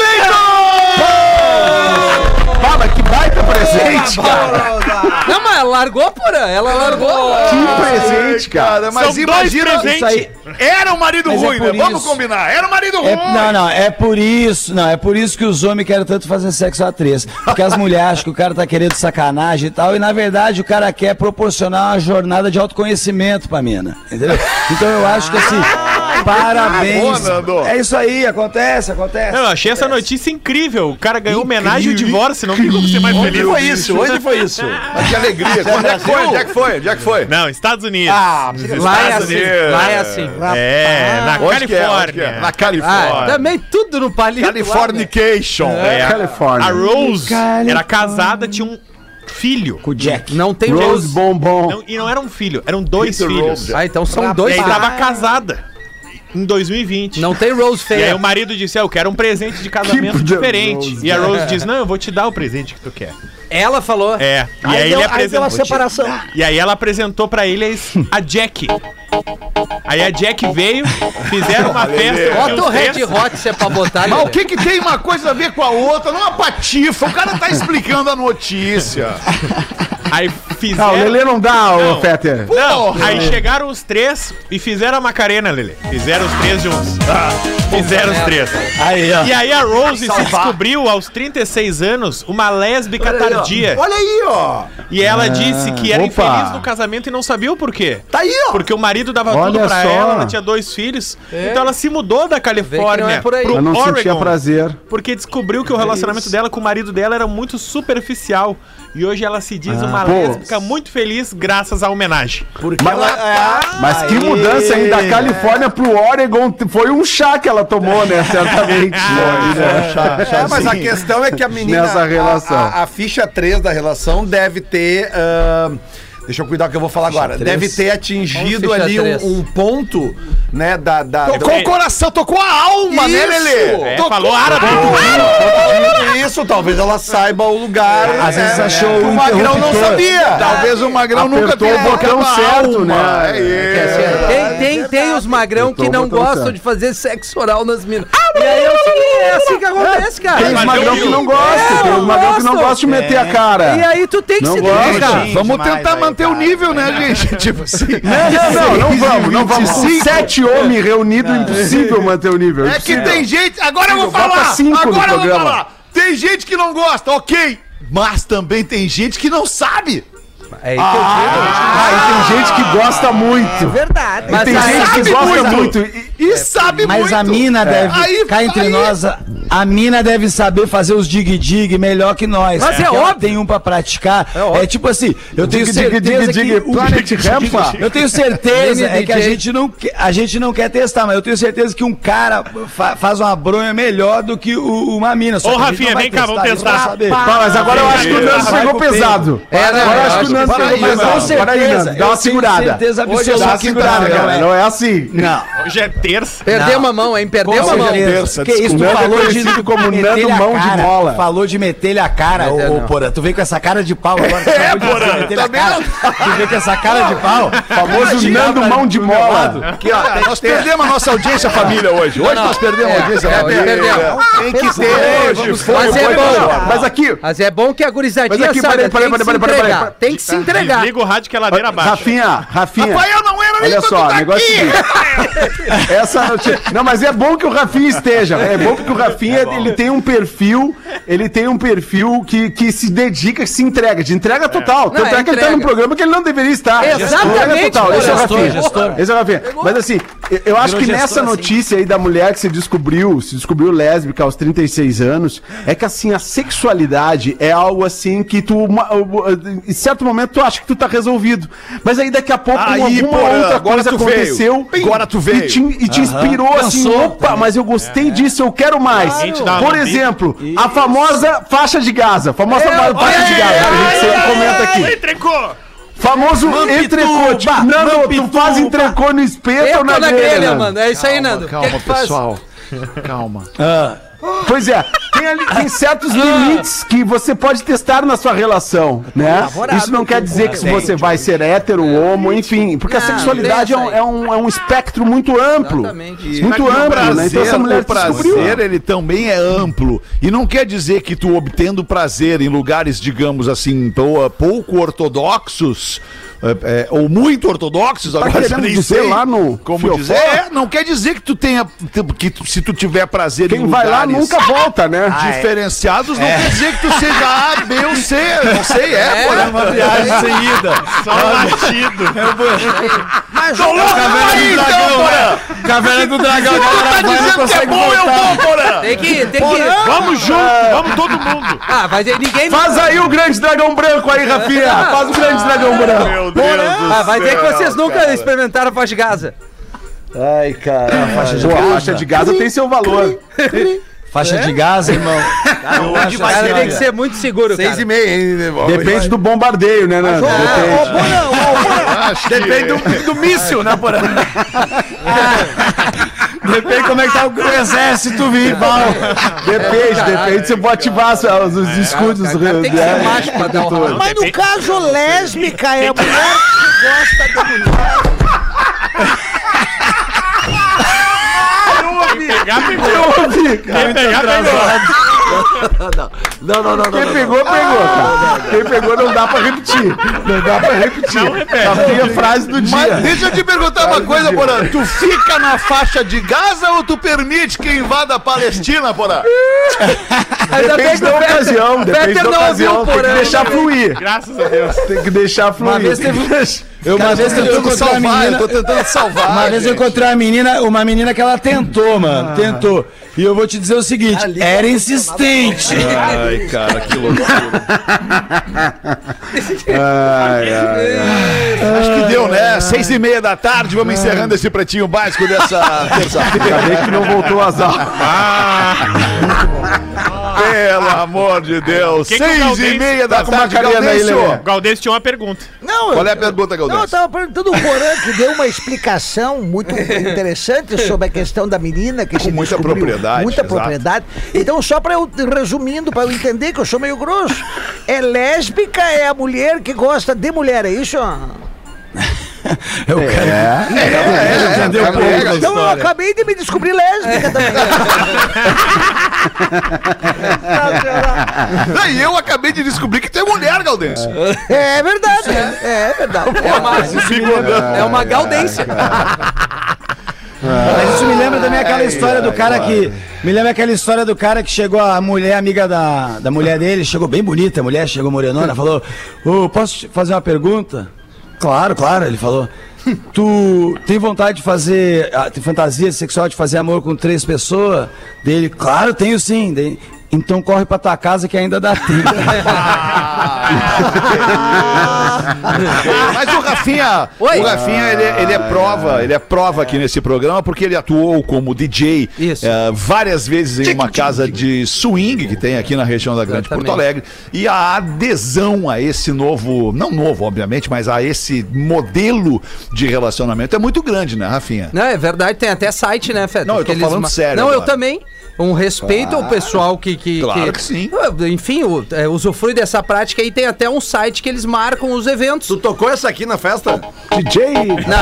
S4: Fala, que baita presente.
S2: Gente, cara.
S1: Não, mas ela largou, Porã, ela largou.
S4: Que presente, cara.
S2: Mas
S8: São dois
S2: imagina.
S8: presentes.
S6: Isso aí.
S2: Era um marido
S6: Mas é
S2: ruim, né?
S6: por
S2: Vamos
S6: isso.
S2: combinar. Era um marido ruim.
S6: É- não, não, é por isso, não, é por isso que os homens querem tanto fazer sexo a três. Porque as mulheres acham que o cara tá querendo sacanagem e tal, e na verdade o cara quer proporcionar uma jornada de autoconhecimento pra mina, entendeu? Então eu acho que assim, parabéns.
S2: Boa, Nando.
S6: É isso aí, acontece, acontece.
S8: Eu achei essa notícia incrível. O cara ganhou homenagem ao divórcio. Não tem como ser mais
S5: Onde
S8: feliz.
S5: foi isso? Onde foi
S8: [laughs]
S5: isso?
S2: Mas Ah, que alegria. Quando é que foi? Onde é que foi? Onde é que foi?
S8: Não, Estados Unidos.
S5: Ah,
S8: Nos
S1: Lá é
S8: Estados
S1: assim,
S8: Unidos.
S1: lá é assim.
S8: É, na
S2: Onde que é? Onde que
S8: Califórnia.
S2: é? Na
S1: Ah,
S2: Califórnia.
S1: também tudo no palito.
S2: Californication.
S8: É, a-
S4: Califórnia.
S8: A Rose era casada, tinha um filho.
S6: Com o Jack.
S1: Não tem
S4: Rose
S1: Rose.
S4: Bombom.
S8: Não, e não era um filho, eram dois
S2: Peter
S8: filhos.
S2: Rose.
S1: Ah, então são
S8: E
S1: dois.
S8: aí
S1: filhos.
S8: tava casada em 2020.
S1: Não tem Rose
S8: E aí
S1: feia.
S8: o marido disse: "Ah, Eu quero um presente de casamento
S4: Que
S8: diferente.
S4: Rose.
S8: E a Rose diz: Não, eu vou te dar o presente que tu quer.
S1: Ela falou.
S8: É. E aí,
S7: Aí,
S8: ele
S7: deu, aí deu
S8: apresentou.
S7: a separação.
S8: E aí ela apresentou pra eles a Jack. Aí a Jack veio, fizeram uma festa.
S1: Bota o
S8: os três.
S1: Red Hot se é pra botar.
S2: Mas o
S1: Lelê.
S2: que, que tem uma coisa a ver com a outra? Não é uma patifa. O cara tá explicando a notícia.
S8: Aí
S2: [laughs] Ah, o Lelê não dá, ô
S8: Não.
S2: Fetter.
S8: Não, aí chegaram os três e fizeram a Macarena, Lelê. Fizeram os três juntos. Fizeram os três.
S9: Aí, ó.
S8: E aí a Rose se descobriu aos 36 anos uma lésbica tardia.
S7: Olha aí, ó.
S8: E ela disse que era
S2: Ah, opa.
S8: infeliz no casamento e não sabia o porquê.
S7: Tá aí, ó.
S8: Porque o marido dava
S2: Olha
S8: tudo pra
S2: só.
S8: ela, ela tinha dois filhos. Então ela se mudou da
S1: É. Vê que não
S8: Califórnia
S1: é por aí. É
S8: pro
S2: Ela não sentia
S8: Oregon.
S2: prazer.
S8: Porque descobriu que o relacionamento dela com o marido dela era muito superficial. E hoje ela se diz uma
S2: Ah, pô.
S8: lésbica muito feliz graças à homenagem.
S2: Mas, mas que mudança, hein? Da Califórnia pro Oregon. t- Foi um chá que ela tomou, né? Certamente.
S9: É, mas a questão é que a menina.
S2: Nessa
S9: a-
S2: relação.
S9: A, a ficha 3 da relação deve ter. ah, Deixa eu cuidar que eu vou falar agora.
S1: três.
S9: Deve ter atingido
S1: Vamos ficha
S9: ali
S1: três.
S9: um, um ponto, né? Da, da,
S8: Tocou o
S9: coração, tocou a alma,
S7: né,
S9: Lelê?
S8: É, falou árabe.
S9: Isso, talvez ela saiba o lugar.
S2: Às vezes achou
S9: que
S2: um
S9: O Magrão não
S2: interruptor.
S9: sabia.
S10: Talvez o Magrão nunca
S2: Apertou
S10: tenha
S2: o botão
S10: tocado a
S2: certo,
S10: alma. É
S2: né?
S10: isso.
S1: Tem, tem, tem os magrão
S2: tô
S1: que não
S2: botando
S1: gostam
S2: certo.
S1: de fazer sexo oral nas minas. E aí é o seguinte, é assim que acontece, cara.
S2: Tem os
S8: Mas
S2: magrão
S8: eu-
S2: que não gosta.
S1: É,
S2: Tem
S1: eu
S2: os magrão que não
S1: gosto.
S2: gosta de meter a cara.
S1: E aí tu tem que
S2: Não
S1: se
S2: gosto.
S1: dedicar.
S10: Vamos tentar manter o nível, né,
S2: [laughs]
S10: gente? tipo assim.
S2: Não, não, não, não vamos, não vamos. Com
S10: 25.
S2: sete homens reunidos, impossível manter o nível.
S10: É que
S2: impossível.
S10: tem gente. Agora eu vou
S2: Bota
S10: falar!
S2: cinco no
S10: Agora eu vou
S2: programa.
S10: falar! Tem gente que não gosta, ok! Mas também tem gente que não sabe!
S1: É aí que eu digo.
S2: Ah, e tem gente que gosta muito.
S7: Verdade.
S1: Mas
S2: Tem
S1: aí-
S2: gente que
S10: sabe
S2: gosta
S10: muito.
S2: muito.
S10: E sabe
S6: Mas
S10: muito!
S6: a mina deve.
S10: Aí-
S6: cá entre
S10: aí-
S6: nós, a- a mina deve saber fazer os dig-dig melhor que nós.
S1: Mas
S6: Porque
S1: é
S6: ela
S1: óbvio.
S6: Tem um pra praticar. É, tipo assim, eu tenho
S2: Dig, dig,
S6: certeza
S2: dig,
S6: que.
S2: dig, Planet Rampa.
S6: Eu tenho certeza
S1: Mini
S6: é que a
S1: DJ.
S6: gente, não, que- a gente não quer testar, mas eu tenho certeza que um cara fa- faz uma bronha melhor do que o- uma mina. Só
S8: Ô,
S6: que a gente
S8: Rafinha,
S6: não vai
S8: vem cá, vamos
S6: a gente vai
S8: testar.
S6: saber.
S2: Pá, mas agora eu acho que o Nando
S6: Vai
S2: pegou
S6: pro peito.
S2: pesado.
S1: É, não,
S2: Agora eu
S1: eu
S2: acho que o
S1: acho
S2: Nando
S10: que-
S2: pegou
S10: Para aí,
S2: pesado.
S10: mas
S2: Para aí, Nando. Dá uma segurada.
S6: certeza
S2: Dá uma
S6: absoluta que
S2: segurada, cara. Não é assim.
S6: Não.
S8: Hoje é terça.
S1: Perdemos a mão, hein? Perdemos a
S6: Com
S1: mão.
S6: certeza. é
S2: Terça,
S6: que isso, tu
S2: desculpa.
S6: falou
S2: Nando
S6: de
S2: conhecido como
S6: meter-lhe
S2: Nando
S6: a
S2: Mão de
S6: cara,
S2: Bola.
S6: Falou de meter-lhe a cara,
S1: Não,
S6: ô, ô
S1: não.
S6: Porã. Tu veio com essa cara de pau [laughs] agora. É, Porã. Tu veio com essa cara de pau.
S2: Famoso Nando Mão de Mola.
S10: Aqui, ó, nós perdemos a nossa audiência família hoje. Hoje nós perdemos a audiência
S1: é,
S10: família.
S1: perdemos.
S10: Tem que ter. Hoje foi.
S1: Mas é
S2: Foi,
S1: bom.
S2: Mas aqui,
S1: Mas é bom que a gurizadinha
S2: Mas aqui,
S1: sabe,
S2: peraí, peraí,
S1: tem que se
S2: peraí, peraí,
S1: entregar.
S2: peraí.
S1: Tem que se entregar.
S8: Liga o rádio que é ladeira abaixo.
S2: Rafinha, Rafinha.
S10: Rapaz, eu não era nem
S2: Olha
S10: pra
S2: só,
S10: tu tá
S2: negócio
S10: aqui. [laughs]
S2: seguinte. Essa notícia. Não, mas é bom que o Rafinha esteja. É bom porque o Rafinha ele tem um perfil, ele tem um perfil que, que se dedica, que se entrega, de entrega total. Tanto
S1: Não,
S2: é,
S1: é
S2: que ele tá
S1: entrega.
S2: num programa que ele não deveria estar.
S1: Exatamente,
S2: Entrega total. Esse é o
S1: gestor,
S2: Rafinha.
S1: gestor.
S2: Esse é o Rafinha. Mas assim, eu- eu acho que
S6: gestor,
S2: nessa
S6: assim.
S2: notícia aí da mulher que se descobriu, se descobriu lésbica aos 36 anos, é que assim, a sexualidade é algo assim que tu. uma- em certo momento tu acha que tu tá resolvido. Mas aí daqui a pouco
S10: Aí,
S2: alguma
S10: Porã,
S2: outra
S10: agora
S2: coisa
S10: tu veio.
S2: aconteceu.
S10: Pim. Agora tu veio.
S2: E te, e te inspirou assim, opa, mas eu
S1: É,
S2: gostei disso, eu quero mais.
S8: Alguém te dá uma
S2: Por
S8: lambida.
S2: exemplo, a famosa faixa de Gaza. a Famosa ba- faixa de Gaza. que a gente sempre comenta aqui.
S8: Entrecou.
S2: Famoso entrecô. Tipo, Nando, tu
S6: Mampituba.
S2: faz entrecô no espeto
S1: Eu
S2: ou
S1: tô
S2: na,
S1: na
S2: grelha,
S1: grelha,
S2: Nando?
S1: mano. É isso aí, Nando. O que é que faz?
S10: Calma.
S2: Pois é, tem, ali- tem
S1: [laughs] Ah.
S2: certos limites que você pode testar na sua relação, né? Isso não quer dizer que você vai ser hétero, homo, enfim, porque a
S1: Não,
S2: sexualidade é um,
S1: beleza aí.
S2: é um- é um espectro muito amplo.
S1: Exatamente.
S2: Muito
S10: Mas que o
S2: amplo, né? Então
S10: tá prazer,
S2: essa mulher
S10: o prazer, ele também é amplo. E não quer dizer que tu obtendo prazer em lugares, digamos assim, pou- pouco ortodoxos, é, é, ou muito ortodoxos, agora
S2: Tá querendo dizer lá no
S10: como
S2: fiofó?
S10: dizer, é, não quer dizer que tu tenha, que tu- se tu tiver prazer em
S2: Quem vai
S10: lugares...
S2: lá nunca volta, né?
S10: Diferenciados
S6: É.
S10: não quer dizer que tu seja A, B ou C. Não sei, é,
S1: É.
S10: porra.
S6: Uma viagem sem ida.
S8: Só latido.
S10: Tô louco, vai então, Porã!
S6: né? Caverna do Dragão.
S10: Tá dizendo que é bom, eu vou, Porã!
S1: Tem que ir, tem que ir.
S8: Vamos junto, vamos todo mundo.
S1: Ah, mas aí ninguém...
S2: Faz aí o grande dragão branco aí, Rafinha! Faz o grande dragão branco!
S8: Meu Deus
S1: Ah, vai ver que vocês nunca experimentaram a faixa de Gaza.
S9: Ai, cara. Faixa de
S2: Boa, a
S9: Gaza.
S2: faixa de Gaza tem seu valor.
S6: Faixa de gás, irmão.
S1: Cara, tem que ser muito seguro, cara.
S9: Seis e meia, hein?
S2: Depende do bombardeio, né, Nando?
S7: Ah, Ô,
S2: Depende. [laughs]
S7: Porã, ô, Porã.
S9: Depende do, do míssil, né, Porã?
S6: Depende como é que tá o exército, viu?
S1: [laughs]
S2: Depende, depende. Você pode ativar as- os, os escudos.
S1: É, cara, cara, tem que ser
S2: né?
S1: macho pra dar um ralo.
S7: Mas no
S8: Depende-
S7: caso, lésbica é mulher que gosta de mulher.
S8: Pegar, pegou.
S2: Eu ouvi.
S8: Pegar, pegou.
S5: Não, não, não, não.
S4: Quem
S5: não,
S4: pegou, pegou, cara. Quem pegou não dá pra repetir. Não dá pra repetir. Tá a frase do dia.
S2: Mas deixa eu te perguntar uma coisa, Porã. Tu fica na faixa de Gaza ou tu permite que invada a Palestina, Porã?
S1: Ainda bem
S4: Depende
S1: que
S4: da
S1: o Peter-
S4: ocasião, depende
S1: Peter
S4: da
S1: não
S4: ocasião.
S1: ouviu
S4: Tem
S1: o
S4: que
S1: Porã.
S4: deixar fluir.
S8: Graças a Deus.
S4: Tem que deixar fluir.
S6: Uma vez teve.
S1: um-
S6: Eu, uma vez tentou encontrar uma menina.
S2: tentando salvar.
S6: Uma vez eu encontrei uma menina, uma menina que ela tentou, mano. Tentou. E eu vou te dizer o seguinte: era insistente.
S2: Ai, cara, que loucura. Acho que deu, né? Seis e meia da tarde, vamos encerrando esse pretinho básico dessa terça-feira.
S4: Ainda bem que não voltou o azar.
S2: Pelo amor de Deus.
S8: Que que o
S2: Seis e
S8: Galdêncio-
S2: meia da
S4: Tá com uma
S2: tarde,
S4: carena aí,
S2: Galdêncio.
S4: Lelê.
S8: Galdês tinha uma pergunta.
S7: Não, eu-
S2: Qual é a pergunta,
S7: Não, eu
S2: Galdêncio?
S7: tava perguntando o Porã, que deu uma
S1: [laughs]
S7: explicação muito interessante sobre a questão da menina que
S2: Com
S7: se
S2: muita
S7: descobriu.
S2: propriedade,
S7: Muita
S2: exato.
S7: propriedade. Então, só pra eu, resumindo, pra eu entender, que eu sou meio grosso, é lésbica, é a mulher que gosta de mulher, é isso?
S6: Eu quero.
S2: Entendeu?
S7: Então, eu acabei de me descobrir lésbica também.
S2: Daí eu acabei de descobrir que tem mulher, Galdêncio.
S7: É verdade, é verdade.
S1: É uma,
S2: Fico andando.
S1: é uma gaudência.
S6: Mas isso me lembra também
S10: É,
S6: aquela história do cara que. Me lembra aquela história do cara que chegou a mulher, amiga da, da mulher dele, chegou bem bonita, a mulher chegou morenona, falou: Ô, posso te fazer uma pergunta? Claro, claro, ele falou. Tu tem vontade de fazer. ah, Tem fantasia sexual de fazer amor com três pessoas? Dele, claro, tenho sim. Daí, então corre pra tua casa que ainda dá
S10: [laughs]
S6: tempo.
S2: Ah, Mas o Rafinha,
S1: Oi.
S2: o Rafinha ele, ele é prova, ele é prova aqui nesse programa porque ele atuou como DJ
S1: Isso.
S2: eh, várias vezes em uma casa de swing que tem aqui na região da Grande
S1: Exatamente.
S2: Porto Alegre e a adesão a esse novo, não novo obviamente, mas a esse modelo de relacionamento é muito grande, né, Rafinha?
S1: Não, é verdade, tem até site, né, Feta?
S2: Não, eu tô
S1: Aqueles
S2: falando sério
S1: Não, eu
S2: agora. Ah,
S1: também. Um respeito ao pessoal que. que
S2: Claro que sim.
S1: Enfim, o, é, usufrui dessa prática aí. Tem até um site que eles marcam os eventos.
S10: Tocou essa aqui na festa?
S4: DJ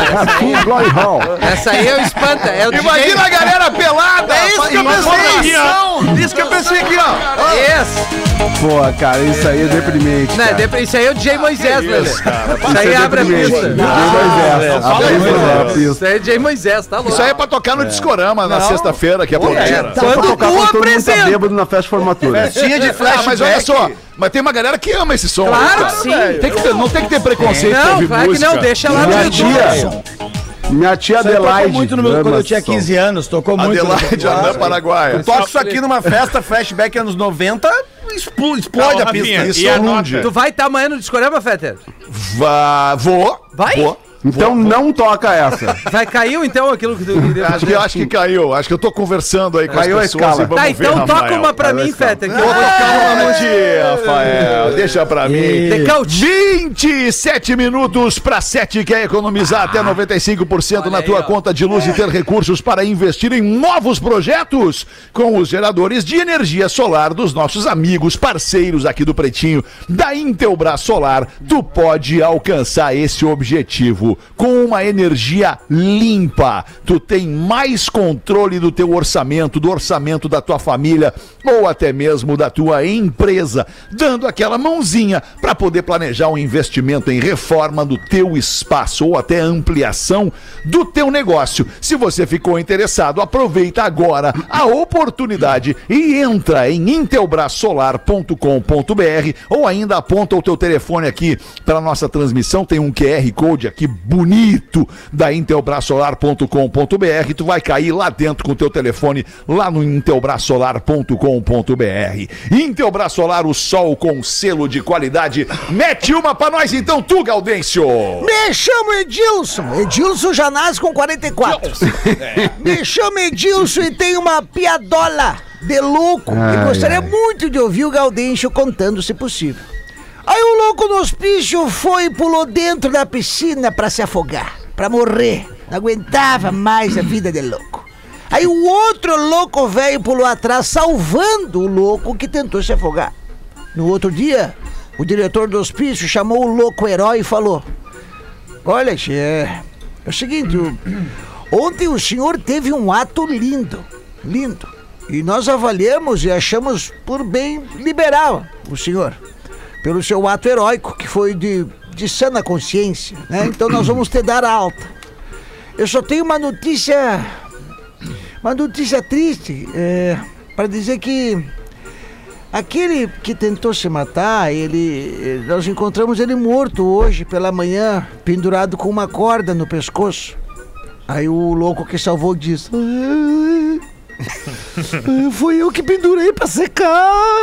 S4: Rafinha Glory Hall.
S1: Essa aí é o espanta. É o DJ.
S2: Imagina a galera pelada! É isso que eu pensei! Isso que eu pensei aqui, ó!
S1: Yes.
S4: Pô, cara, isso aí é deprimente.
S1: Não, é
S4: cara.
S1: de- isso aí é o DJ
S2: Ah,
S1: Moisés, velho. Isso aí abre a
S4: Deprimente.
S2: um
S1: pista.
S4: Ninguém vai ver essa. Abre a pista.
S1: Isso aí é DJ Moisés, tá louco?
S2: Isso aí é pra tocar no discorama na sexta-feira, que é
S4: É,
S2: porteira.
S4: só pra
S1: Quando
S4: tocar
S1: tu
S4: quando todo mundo tá
S1: apresenta.
S4: bêbado na festa de formatura.
S2: Tinha de flashback. Ah, mas olha só, mas tem uma galera que ama esse som. né,
S1: Claro
S2: cara.
S1: que sim.
S2: Tem que ter- não tem que ter preconceito pra
S1: Não,
S2: ouvir
S1: claro que
S2: música. é
S1: não. Deixa lá no
S4: Minha
S1: YouTube.
S4: tia, minha tia
S6: Isso aí tocou
S4: Adelaide.
S6: muito no meu, quando
S4: ama
S6: eu tinha
S4: esse som.
S6: 15 anos, tocou muito. no-
S2: Adelaide, Anã, Paraguaia.
S10: Toca isso aqui numa festa, flashback anos 90, explo- explode
S8: Calma,
S10: a pista.
S8: Rafinha.
S10: Isso.
S2: Isso
S8: E
S2: é
S8: a
S2: onde?
S1: Tu vai estar amanhã no discorama, Fetter?
S2: Vá, vou.
S1: Vai?
S2: Vou.
S4: Então não toca essa.
S1: Vai caiu então aquilo que tu queria
S2: Acho que, acho que caiu. Acho que eu tô conversando aí com
S4: Caiu a
S2: as pessoas.
S4: escala.
S2: e vamos
S1: Tá,
S2: ver,
S1: então toca
S2: Rafael.
S1: uma pra É. mim, Fetter. que eu vou-
S2: Toca uma noite, Rafael. Deixa pra mim.
S1: The Couch.
S2: 27 minutos para 7, quer economizar
S1: Ah.
S2: até 95% na
S1: aí,
S2: tua
S1: ó.
S2: conta de luz e ter recursos para investir em novos projetos com os geradores de energia solar dos nossos amigos, parceiros aqui do Pretinho, da Intelbras Solar. Tu pode alcançar esse objetivo com uma energia limpa. Tu tem mais controle do teu orçamento, do orçamento da tua família ou até mesmo da tua empresa, dando aquela mãozinha para poder planejar um investimento em reforma do teu espaço ou até ampliação do teu negócio. Se você ficou interessado, aproveita agora a oportunidade e entra em intelbrasolar.com.br ou ainda aponta o teu telefone aqui para nossa transmissão, tem um QR Code aqui bonito da intelbrasolar.com.br, tu vai cair lá dentro com o teu telefone lá no intelbrasolar.com.br. Intelbras Solar, o sol com selo de qualidade. Mete uma pra nós então, tu, Gaudêncio.
S7: Me chamo Edilson. Edilson já nasce com 44. Me chamo Edilson e tenho uma piadola de louco. e gostaria muito de ouvir o Gaudêncio contando, se possível. Aí o louco no hospício foi e pulou dentro da piscina pra se afogar, pra morrer. Não aguentava mais a vida de louco. Aí o outro louco velho pulou atrás, salvando o louco que tentou se afogar. No outro dia, o diretor do hospício chamou o louco herói e falou: Olha, che, é o seguinte, o- ontem o senhor teve um ato lindo, lindo. E nós avaliamos e achamos por bem liberal o senhor, pelo seu ato heróico, que foi de, de sana consciência. né? Então nós vamos te dar a alta. Eu só tenho uma notícia. Uma notícia triste. É, para dizer que Aquele que tentou se matar, ele, nós encontramos ele morto hoje pela manhã, pendurado com uma corda no pescoço. Aí o louco que salvou diz: "Ah, Foi eu que pendurei pra secar.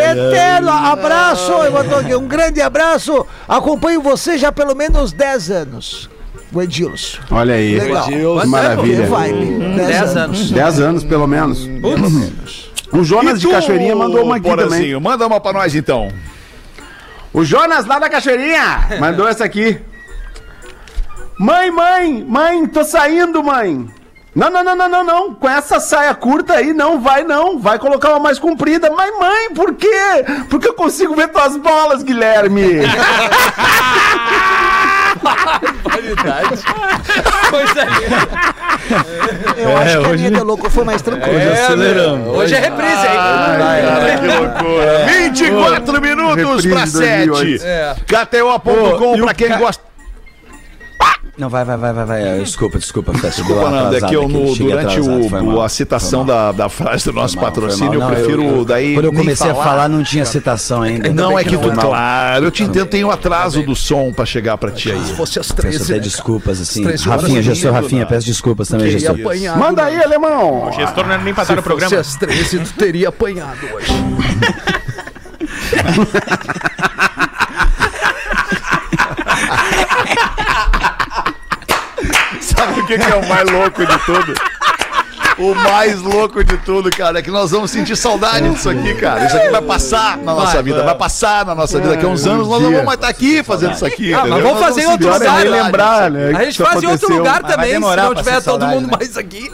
S7: Eterno abraço, eu botou aqui, um grande abraço. Acompanho você já há pelo menos 10 anos. O Edilson.
S11: [laughs] Olha aí.
S7: Legal.
S11: Que Maravilha.
S7: Vibe. 10 anos.
S11: 10 anos, pelo menos.
S1: Hum.
S11: O Jonas de Cachoeirinha mandou uma aqui também.
S2: Porazinho, manda uma pra nós então.
S11: O Jonas lá da
S1: [laughs]
S11: Cachoeirinha mandou essa aqui. Mãe, mãe, mãe, tô saindo, mãe. Não, não, não, não, não, não. Com essa saia curta aí, não vai, não. Vai colocar uma mais comprida. Mas, mãe, por quê? Porque eu consigo ver tuas bolas,
S2: [laughs]
S11: Guilherme.
S7: Eu acho que a minha da louco foi mais tranquila.
S1: Hoje é reprise, hein?
S2: Cara, que loucura. 24 minutos
S11: Reprise
S2: pra É. 7.
S11: 2008.
S2: KTO.com pra quem gosta.
S6: Não, vai, vai, vai, vai, vai. É, Desculpa, desculpa, Festa.
S2: Desculpa, Nando, é que eu, no- durante o- o- a citação da, da frase do nosso patrocínio, eu prefiro daí.
S6: Quando eu
S2: nem
S6: comecei a falar, não tinha citação ainda.
S2: Não, é que, tu,
S6: foi mal.
S2: claro, eu te entendo, tem um atraso do som pra chegar pra ti aí.
S6: Peço
S10: Vocês
S2: é
S10: três.
S6: até desculpas, assim. Rafinha, gestor Rafinha, peço desculpas também,
S10: Teria
S6: gestor.
S10: apanhado.
S11: Manda aí, alemão.
S8: O gestor não era nem pra estar
S10: Se
S8: no programa.
S10: vocês três, tu teria apanhado hoje.
S2: Sabe o que, que é o mais louco de tudo? O mais louco de tudo, cara, é que nós vamos sentir saudade disso aqui, cara. Isso aqui vai passar na nossa vida, vai Um passar na nossa vida. Daqui a uns anos nós não vamos mais estar aqui fazendo isso aqui.
S1: Ah, mas
S2: entendeu?
S1: vamos fazer em outro
S11: Pior é
S1: lugar.
S11: nem lembrar, né?
S1: A
S11: que
S1: gente
S11: isso
S1: faz em outro
S11: aconteceu.
S1: lugar
S5: Mas vai
S1: também, se
S5: demorar
S1: não
S5: pra
S1: tiver
S5: ser
S1: todo
S5: saudade,
S1: mundo
S5: né?
S1: mais aqui.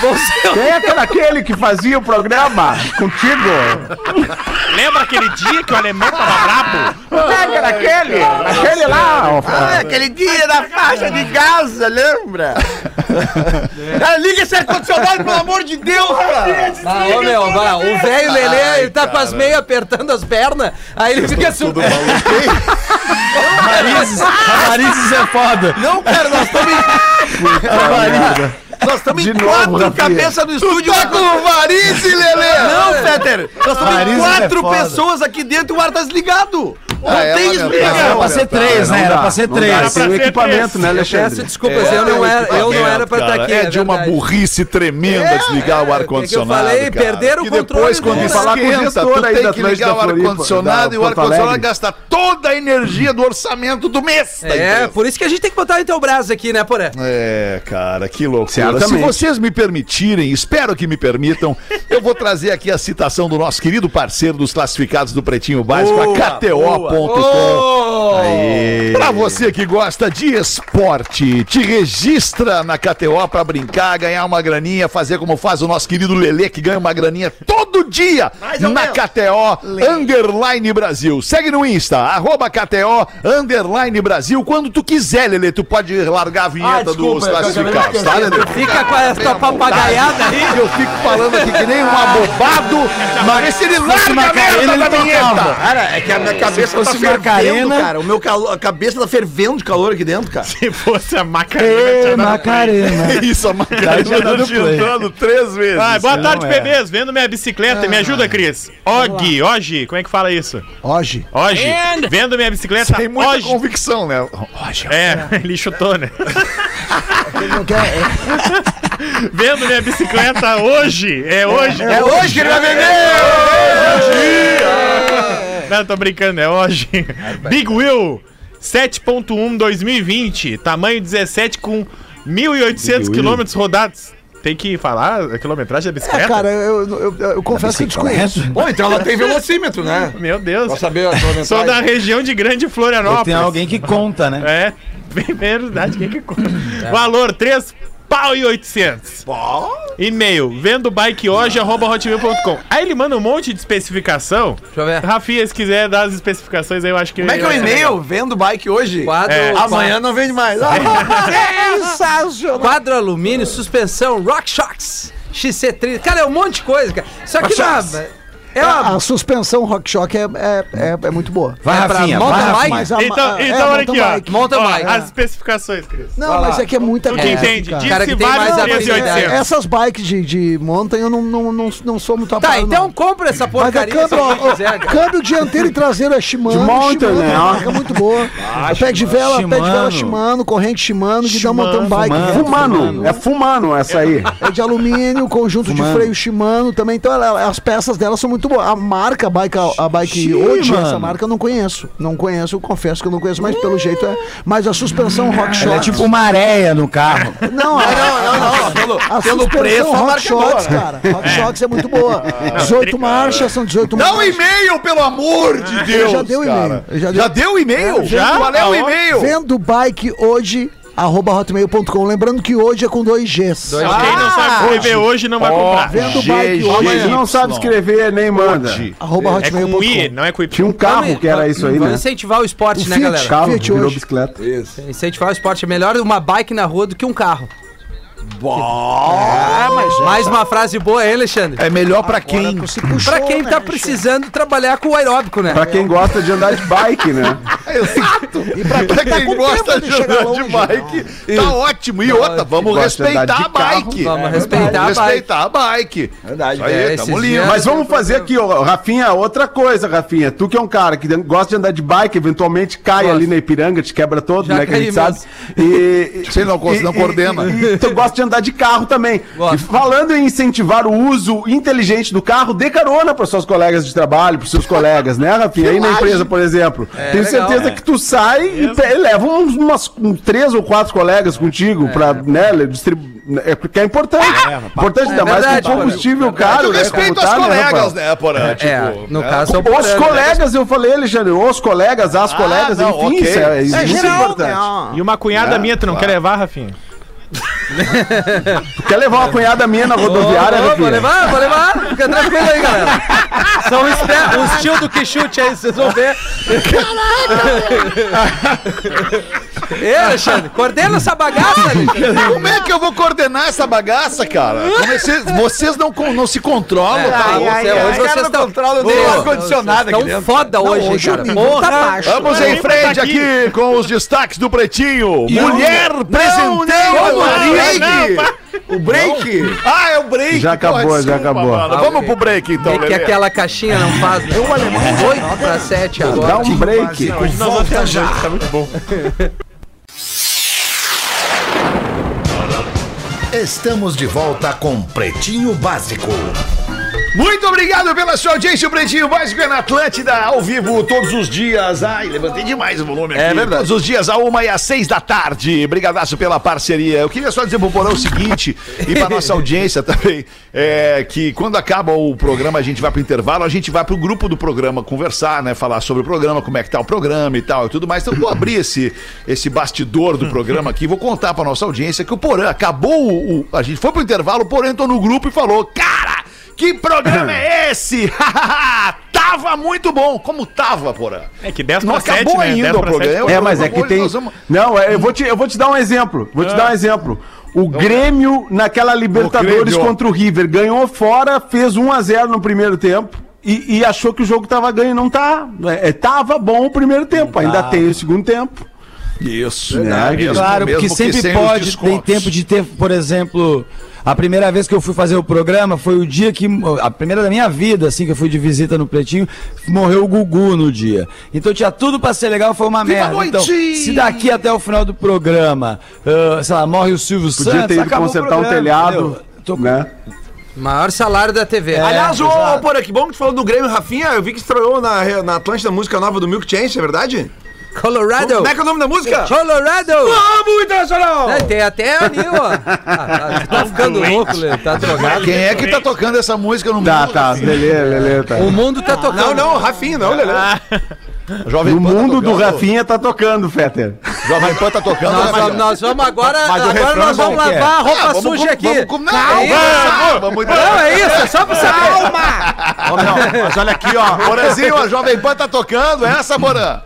S1: Você...
S11: Quem é aquele- aquele que fazia o programa contigo?
S8: Lembra aquele dia que o alemão tava brabo?
S11: Quem é que era aquele? Aquele lá, ó.
S10: Ah, aquele dia da faixa de Gaza, lembra? Cara, liga esse ar-condicionado, pelo amor de Deus, cara!
S1: Ah, ô, meu, vai, o velho Lelê, ele tá com as meias apertando as pernas, aí ele fica assim. [laughs] Ah!
S6: Raízes, Raízes é foda.
S10: Não, cara, nós estamos em... Nós estamos em
S11: De
S10: quatro
S11: novo, Rafinha.
S10: cabeças no estúdio. Tá com varize, Lelê! Não, Peter! Nós estamos em
S6: Varizes é
S10: quatro
S6: foda.
S10: pessoas aqui dentro e o ar tá desligado! Não
S2: Ah, é
S10: tem
S2: lamentável.
S10: desliga!
S6: Era pra ser três, né? Era pra ser
S11: Era
S6: três.
S2: é
S11: pra o equipamento, né,
S1: Peço
S11: Alexandre?
S1: desculpas, eu não era, eu não era pra estar aqui.
S2: É de uma
S1: verdade.
S2: burrice tremenda desligar o
S1: É
S2: ar-condicionado.
S1: que eu falei,
S2: cara.
S1: perderam o
S2: Que
S1: controle É.
S2: depois,
S1: do
S2: quando
S1: mundo.
S2: falar com
S11: Falar com o
S2: esquenta,
S11: gestor
S2: tu
S11: aí
S2: tem
S11: da
S2: que
S11: Atlântida
S2: ligar o
S11: Floripa,
S2: ar-condicionado
S11: da
S2: e o
S11: Porto
S2: ar-condicionado
S11: Alegre.
S2: gasta toda a energia do orçamento do mês. tá
S1: É,
S2: entendendo?
S1: por isso que a gente tem que botar o Intelbras aqui, né, Poré?
S2: É, cara, que loucura. Se
S11: Certamente.
S2: vocês me permitirem, espero que me permitam, eu vou trazer aqui a citação do nosso querido parceiro dos classificados do Pretinho Básico, a KTO.com. Aí. Pra você que gosta de esporte, te registra na KTO pra brincar, ganhar uma graninha, fazer como faz o nosso querido Lelê, que ganha uma graninha todo dia na KTO Underline Brasil. Segue no Insta, arroba KTO Underline Brasil. Quando tu quiser, Lelê, tu pode largar a vinheta dos classificados, tá, Lelê?
S1: Fica com essa papagaiada aí.
S2: Que Eu fico falando aqui que nem um abobado, mas esse ele larga a merda da vinheta.
S10: Cara, é que a minha cabeça tá
S6: fosse
S10: fervendo,
S6: Macarena-
S10: cara. O meu calo... A cabeça tá fervendo de calor aqui dentro, cara.
S8: Se fosse a né,
S2: [laughs]
S8: Macarena, tinha dado
S6: Macarena.
S2: É Isso, a Macarena tá chutando três vezes.
S8: Ai, boa tarde,
S6: não é.
S8: bebês. Vendo minha bicicleta, me ajuda, Cris. Og, Og, como é que fala isso?
S7: Hoje.
S8: Og. Vendo minha bicicleta,
S2: Tem muita
S8: Og.
S2: convicção, né? Roger.
S8: É, [laughs] ele chutou, né?
S7: Ele não quer. é-
S8: Vendo minha bicicleta hoje. É hoje. É
S10: Hoje que ele vai vender!
S8: Não, tô brincando, é hoje. Big Wheel 7.1 2020, tamanho 17 com 1.800 quilômetros rodados. Tem que falar a quilometragem da bicicleta?
S10: Ah,
S7: É, cara, eu, eu, eu- eu confesso que eu desconheço.
S6: né?
S10: Bom, então ela tem velocímetro, né?
S8: Meu Deus.
S10: Pra saber a quilometragem.
S8: Sou da região de Grande Florianópolis.
S2: É.
S6: Tem alguém que conta, né?
S8: É, bem verdade, quem que conta? Valor 3 pau e 800. E-mail, vendo bike hoje, arroba hotmail.com. Aí ele manda um monte de especificação. Deixa
S1: eu ver.
S8: Rafinha, se quiser dar as especificações aí, eu acho que...
S5: Como é que é o e-mail? Vendo bike hoje?
S1: Quadro,
S8: É,
S1: quadro,
S5: Amanhã não vende mais.
S10: Ah,
S7: Sensacional.
S1: quadro alumínio, suspensão, Rock Shocks, XC30. Cara, é um monte de coisa, cara. Só que dá. É uma.
S7: A suspensão Rock Shock é, é, é, é muito boa.
S6: Vai,
S1: pra
S6: Rafinha,
S1: mountain
S6: vai,
S1: bike?
S6: Rafinha.
S7: a-
S8: Então,
S7: é,
S8: então olha
S7: mountain
S8: aqui, ó.
S7: bike.
S1: Mountain
S8: Ó,
S1: bike.
S8: As especificações, Cris.
S7: Não, mas é que é muita
S8: Tu que
S7: coisa,
S8: entende,
S7: cara. é
S8: disse
S1: Cara que tem
S8: vários
S1: mais
S8: 13,800.
S1: habilidade.
S7: Essas bikes de, de montanha eu não, não, não, não sou muito
S1: Tá,
S7: apurado,
S1: então
S7: não.
S1: compra essa
S7: Mas é
S1: porcaria se
S7: câmbio, ó,
S1: você
S7: ó,
S1: quiser, cara.
S7: câmbio dianteiro e traseiro é Shimano.
S11: De mountain,
S7: Shimano, é
S11: né?
S7: uma marca muito boa. pé de vela, pé de vela
S6: Shimano.
S7: Shimano, corrente Shimano, de dar
S8: Shimano,
S7: mountain bike. né?
S11: Fumano, é fumano essa aí.
S7: É de alumínio, conjunto de freio Shimano também. Então ela- as peças dela são muito boas. A marca, a bike, a bike hoje, essa marca eu não conheço. Não conheço, eu confesso que eu não conheço, mas pelo jeito é. Mas a suspensão Rock Shot.
S6: É tipo uma areia no carro.
S7: Não, a-
S5: não, não, não. Pelo,
S7: a
S5: pelo
S7: suspensão
S5: preço, a
S7: Rock
S5: marca é boa,
S7: Shots,
S5: né?
S7: cara. Rock Shots é muito boa. 18 marchas, são 18
S2: Dá um
S7: marchas.
S2: e-mail, pelo amor de Deus.
S7: já dei o e-mail,
S2: cara.
S7: eu já dei-
S2: Já deu o e-mail?
S7: Já?
S2: Qual é o e-mail?
S7: Vendo bike hoje, arroba hotmail.com. Lembrando que hoje é com dois Gs.
S1: Dois-
S8: Quem não sabe escrever hoje não vai comprar.
S7: Vendo bike
S2: G,
S1: é
S7: hoje,
S11: Mas não sabe escrever nem manda.
S7: arroba
S8: É com I,
S7: hotmail.com.
S8: não é com Y.
S11: Tinha um carro
S1: Vamos-
S11: que era isso aí,
S1: Vamos
S11: né?
S1: incentivar o esporte, né,
S7: Fiat.
S1: galera?
S11: Carro,
S7: Fiat
S11: virou
S7: hoje.
S11: bicicleta.
S1: Incentivar o esporte é melhor uma bike na rua do que um carro. Ah, Mais uma frase boa, hein, Alexandre?
S2: É melhor pra quem?
S7: Se puxou,
S1: Pra quem
S7: né,
S1: tá
S7: gente?
S1: precisando trabalhar com o aeróbico, né?
S11: Pra quem gosta de andar de bike, né?
S1: [laughs]
S2: Exato. E [laughs] pra quem,
S7: tá com
S2: gosta
S7: tempo
S2: de
S7: de chegar
S2: andar
S7: longe,
S2: de bike, tá ótimo. E outra, vamos
S11: Gosta de andar
S2: respeitar a
S11: de carro.
S2: bike.
S1: Vamos
S2: É,
S1: respeitar
S2: vamos
S1: a bike.
S2: respeitar a bike.
S5: Verdade.
S2: Aí,
S1: É,
S2: tamo
S1: esses
S2: lindo.
S1: dias-
S12: um
S11: Mas vamos fazer aqui, ó, Rafinha, outra coisa, Rafinha. Tu que é um cara que gosta de andar de bike, eventualmente cai
S1: Gosto.
S11: ali na Ipiranga, te quebra todo,
S1: Já
S11: né? Que a
S1: caí
S11: gente sabe.
S1: [laughs]
S11: E,
S2: Você não cons- não coordena.
S11: e- e tu gosta de andar de carro também.
S1: Gosto.
S11: E falando em incentivar o uso inteligente do carro, dê carona para seus colegas de trabalho, para seus colegas, né, Rafinha? Aí na empresa, por exemplo. Tenho
S1: legal,
S11: certeza
S1: é.
S11: que tu sai e pe- e leva uns, umas, um, três ou quatro colegas
S1: É.
S11: contigo pra, né, distribuir. É porque é importante. importante, ainda mais
S1: Ah! É verdade,
S11: com combustível caro.
S2: Eu
S11: né,
S2: respeito
S11: como
S2: aos
S11: tá, né,
S2: colegas,
S11: rapaz?
S2: né, Porã? Tipo,
S1: É, no
S2: né?
S1: caso, são
S11: Os colegas, eu falei, Alexandre, os colegas, as
S1: Ah,
S11: colegas,
S2: não,
S11: enfim,
S2: ok.
S11: isso é, isso
S7: É
S11: é
S7: geral,
S11: importante.
S8: E uma cunhada minha, tu não quer levar, Rafinha?
S11: Tu quer levar uma cunhada minha na rodoviária,
S1: Ô, ô,
S11: né,
S1: vou
S11: filho?
S1: levar, vou levar. Fica tranquilo aí, galera. São espertos. Os tio do que chute aí, vocês vão ver. Caraca! Ei, Alexandre, coordena essa bagaça, Alexandre.
S2: Como é que eu vou coordenar essa bagaça, cara? Como é que vocês, vocês não, con- não se controlam,
S1: É,
S2: tá cara.
S1: hoje-
S5: ai,
S1: hoje
S5: ai, cara,
S1: vocês
S5: não
S1: estão
S5: controla nem
S1: Ô,
S5: o ar-condicionado
S1: vocês
S5: aqui
S1: tão
S5: dentro.
S1: foda hoje, hein,
S7: hoje o
S1: cara.
S7: nível
S1: Porra.
S7: tá baixo.
S2: Vamos
S8: Não,
S2: em
S8: não
S2: frente
S8: tá aqui.
S2: aqui com os destaques do Pretinho. Mulher presentando a Break.
S5: O break.
S2: Ah, é o break.
S11: Já acabou,
S2: porra,
S11: já acabou.
S2: mano.
S1: Ah,
S2: Vamos
S1: ok.
S2: pro break, então,
S1: É que
S2: Lelê.
S1: aquela caixinha não faz, né? 8 pra 7 agora.
S11: Dá um break.
S8: Hoje nós vamos ter já.
S2: é
S8: Tá muito bom.
S3: Estamos de volta com Pretinho Básico.
S2: Muito obrigado pela sua audiência, o Pretinho Básico é na Atlântida, ao vivo, todos os dias. Ai, levantei demais o volume aqui. É verdade. Todos os dias, a uma e às seis da tarde. Brigadaço pela parceria. Eu queria só dizer pro Porão o seguinte, e pra [laughs] nossa audiência também, é que quando acaba o programa, a gente vai pro intervalo, a gente vai pro grupo do programa conversar, né? Falar sobre o programa, como é que tá o programa e tal e tudo mais. Então, eu vou abrir esse, esse bastidor do programa aqui, vou contar pra nossa audiência que o Porã acabou o... o- a gente foi pro intervalo, o Porã entrou no grupo e falou, cara... Que programa é esse? [laughs] tava muito bom. Como tava, porra?
S8: É que 10
S2: Não
S8: pra 7,
S2: acabou
S8: né?
S2: ainda
S8: 10
S2: o
S8: pra
S2: programa.
S8: 7.
S2: Eu-
S11: É, mas
S2: eu-
S11: é que
S2: eu-
S11: tem.
S2: nós vamos- Ah.
S11: Não, é, eu vou te, eu vou te dar um exemplo. Vou te dar um exemplo. O Grêmio, naquela Libertadores
S2: Então tá. Grêmio.
S11: contra o River, ganhou fora, fez 1 a 0 no primeiro tempo. E, e achou que o jogo tava ganho, não tá. É, é, tava bom o primeiro tempo, ainda tem o segundo tempo.
S2: tá. Isso,
S11: né?
S2: mesmo,
S6: Claro,
S2: mesmo
S6: porque sempre
S2: sem os
S6: pode,
S2: descontos.
S6: tem tempo de ter, por exemplo, a primeira vez que eu fui fazer o programa foi o dia que, a primeira da minha vida, assim, que eu fui de visita no Pretinho, morreu o Gugu no dia. Então tinha tudo pra ser legal, foi uma merda. Então, se daqui até o final do programa, ah, sei lá, morre o Silvio
S11: Podia
S6: Santos,
S11: ter ido
S6: acabou o
S11: consertar um
S6: programa,
S11: telhado,
S6: entendeu? Tô-
S11: né?
S1: Maior salário da TV.
S5: Aliás, ô,
S6: exato.
S5: ô, Porã, que bom que tu falou do Grêmio, Rafinha. Eu vi que estreou na, na Atlântida a música nova do Milk Chance, é verdade?
S1: Colorado.
S5: Como é que é o nome da música?
S1: Colorado.
S5: Vamos, Internacional!
S1: Né, Tem até ali, ó. Ah, tá, tá ficando louco, Lê, tá drogado.
S2: Quem é que tá tocando essa música no
S11: Tá,
S2: mundo?
S11: tá, Lelê, Lelê, tá.
S1: O mundo
S5: Ah,
S1: tá tocando.
S5: Não, não, Rafinha, não, Lelê.
S2: Jovem
S11: No
S2: Pan tá
S11: mundo do
S2: tocando.
S11: Rafinha tá tocando, Fetter.
S2: Jovem Pan tá tocando.
S1: Nós,
S2: né,
S1: vamos-
S2: Magrão?
S1: nós vamos agora,
S2: Mas o
S1: agora
S2: refrão
S1: nós vamos
S2: qual que é?
S1: lavar a roupa
S2: Ah, vamos
S1: suja
S2: com-
S1: aqui.
S2: vamos com- não,
S1: É
S2: vamos,
S1: isso.
S2: vamos-
S1: Não, é isso, é só pra saber.
S2: Ô, meu, mas olha aqui, ó. Moranzinho, a Jovem Pan tá tocando. Essa, Moran.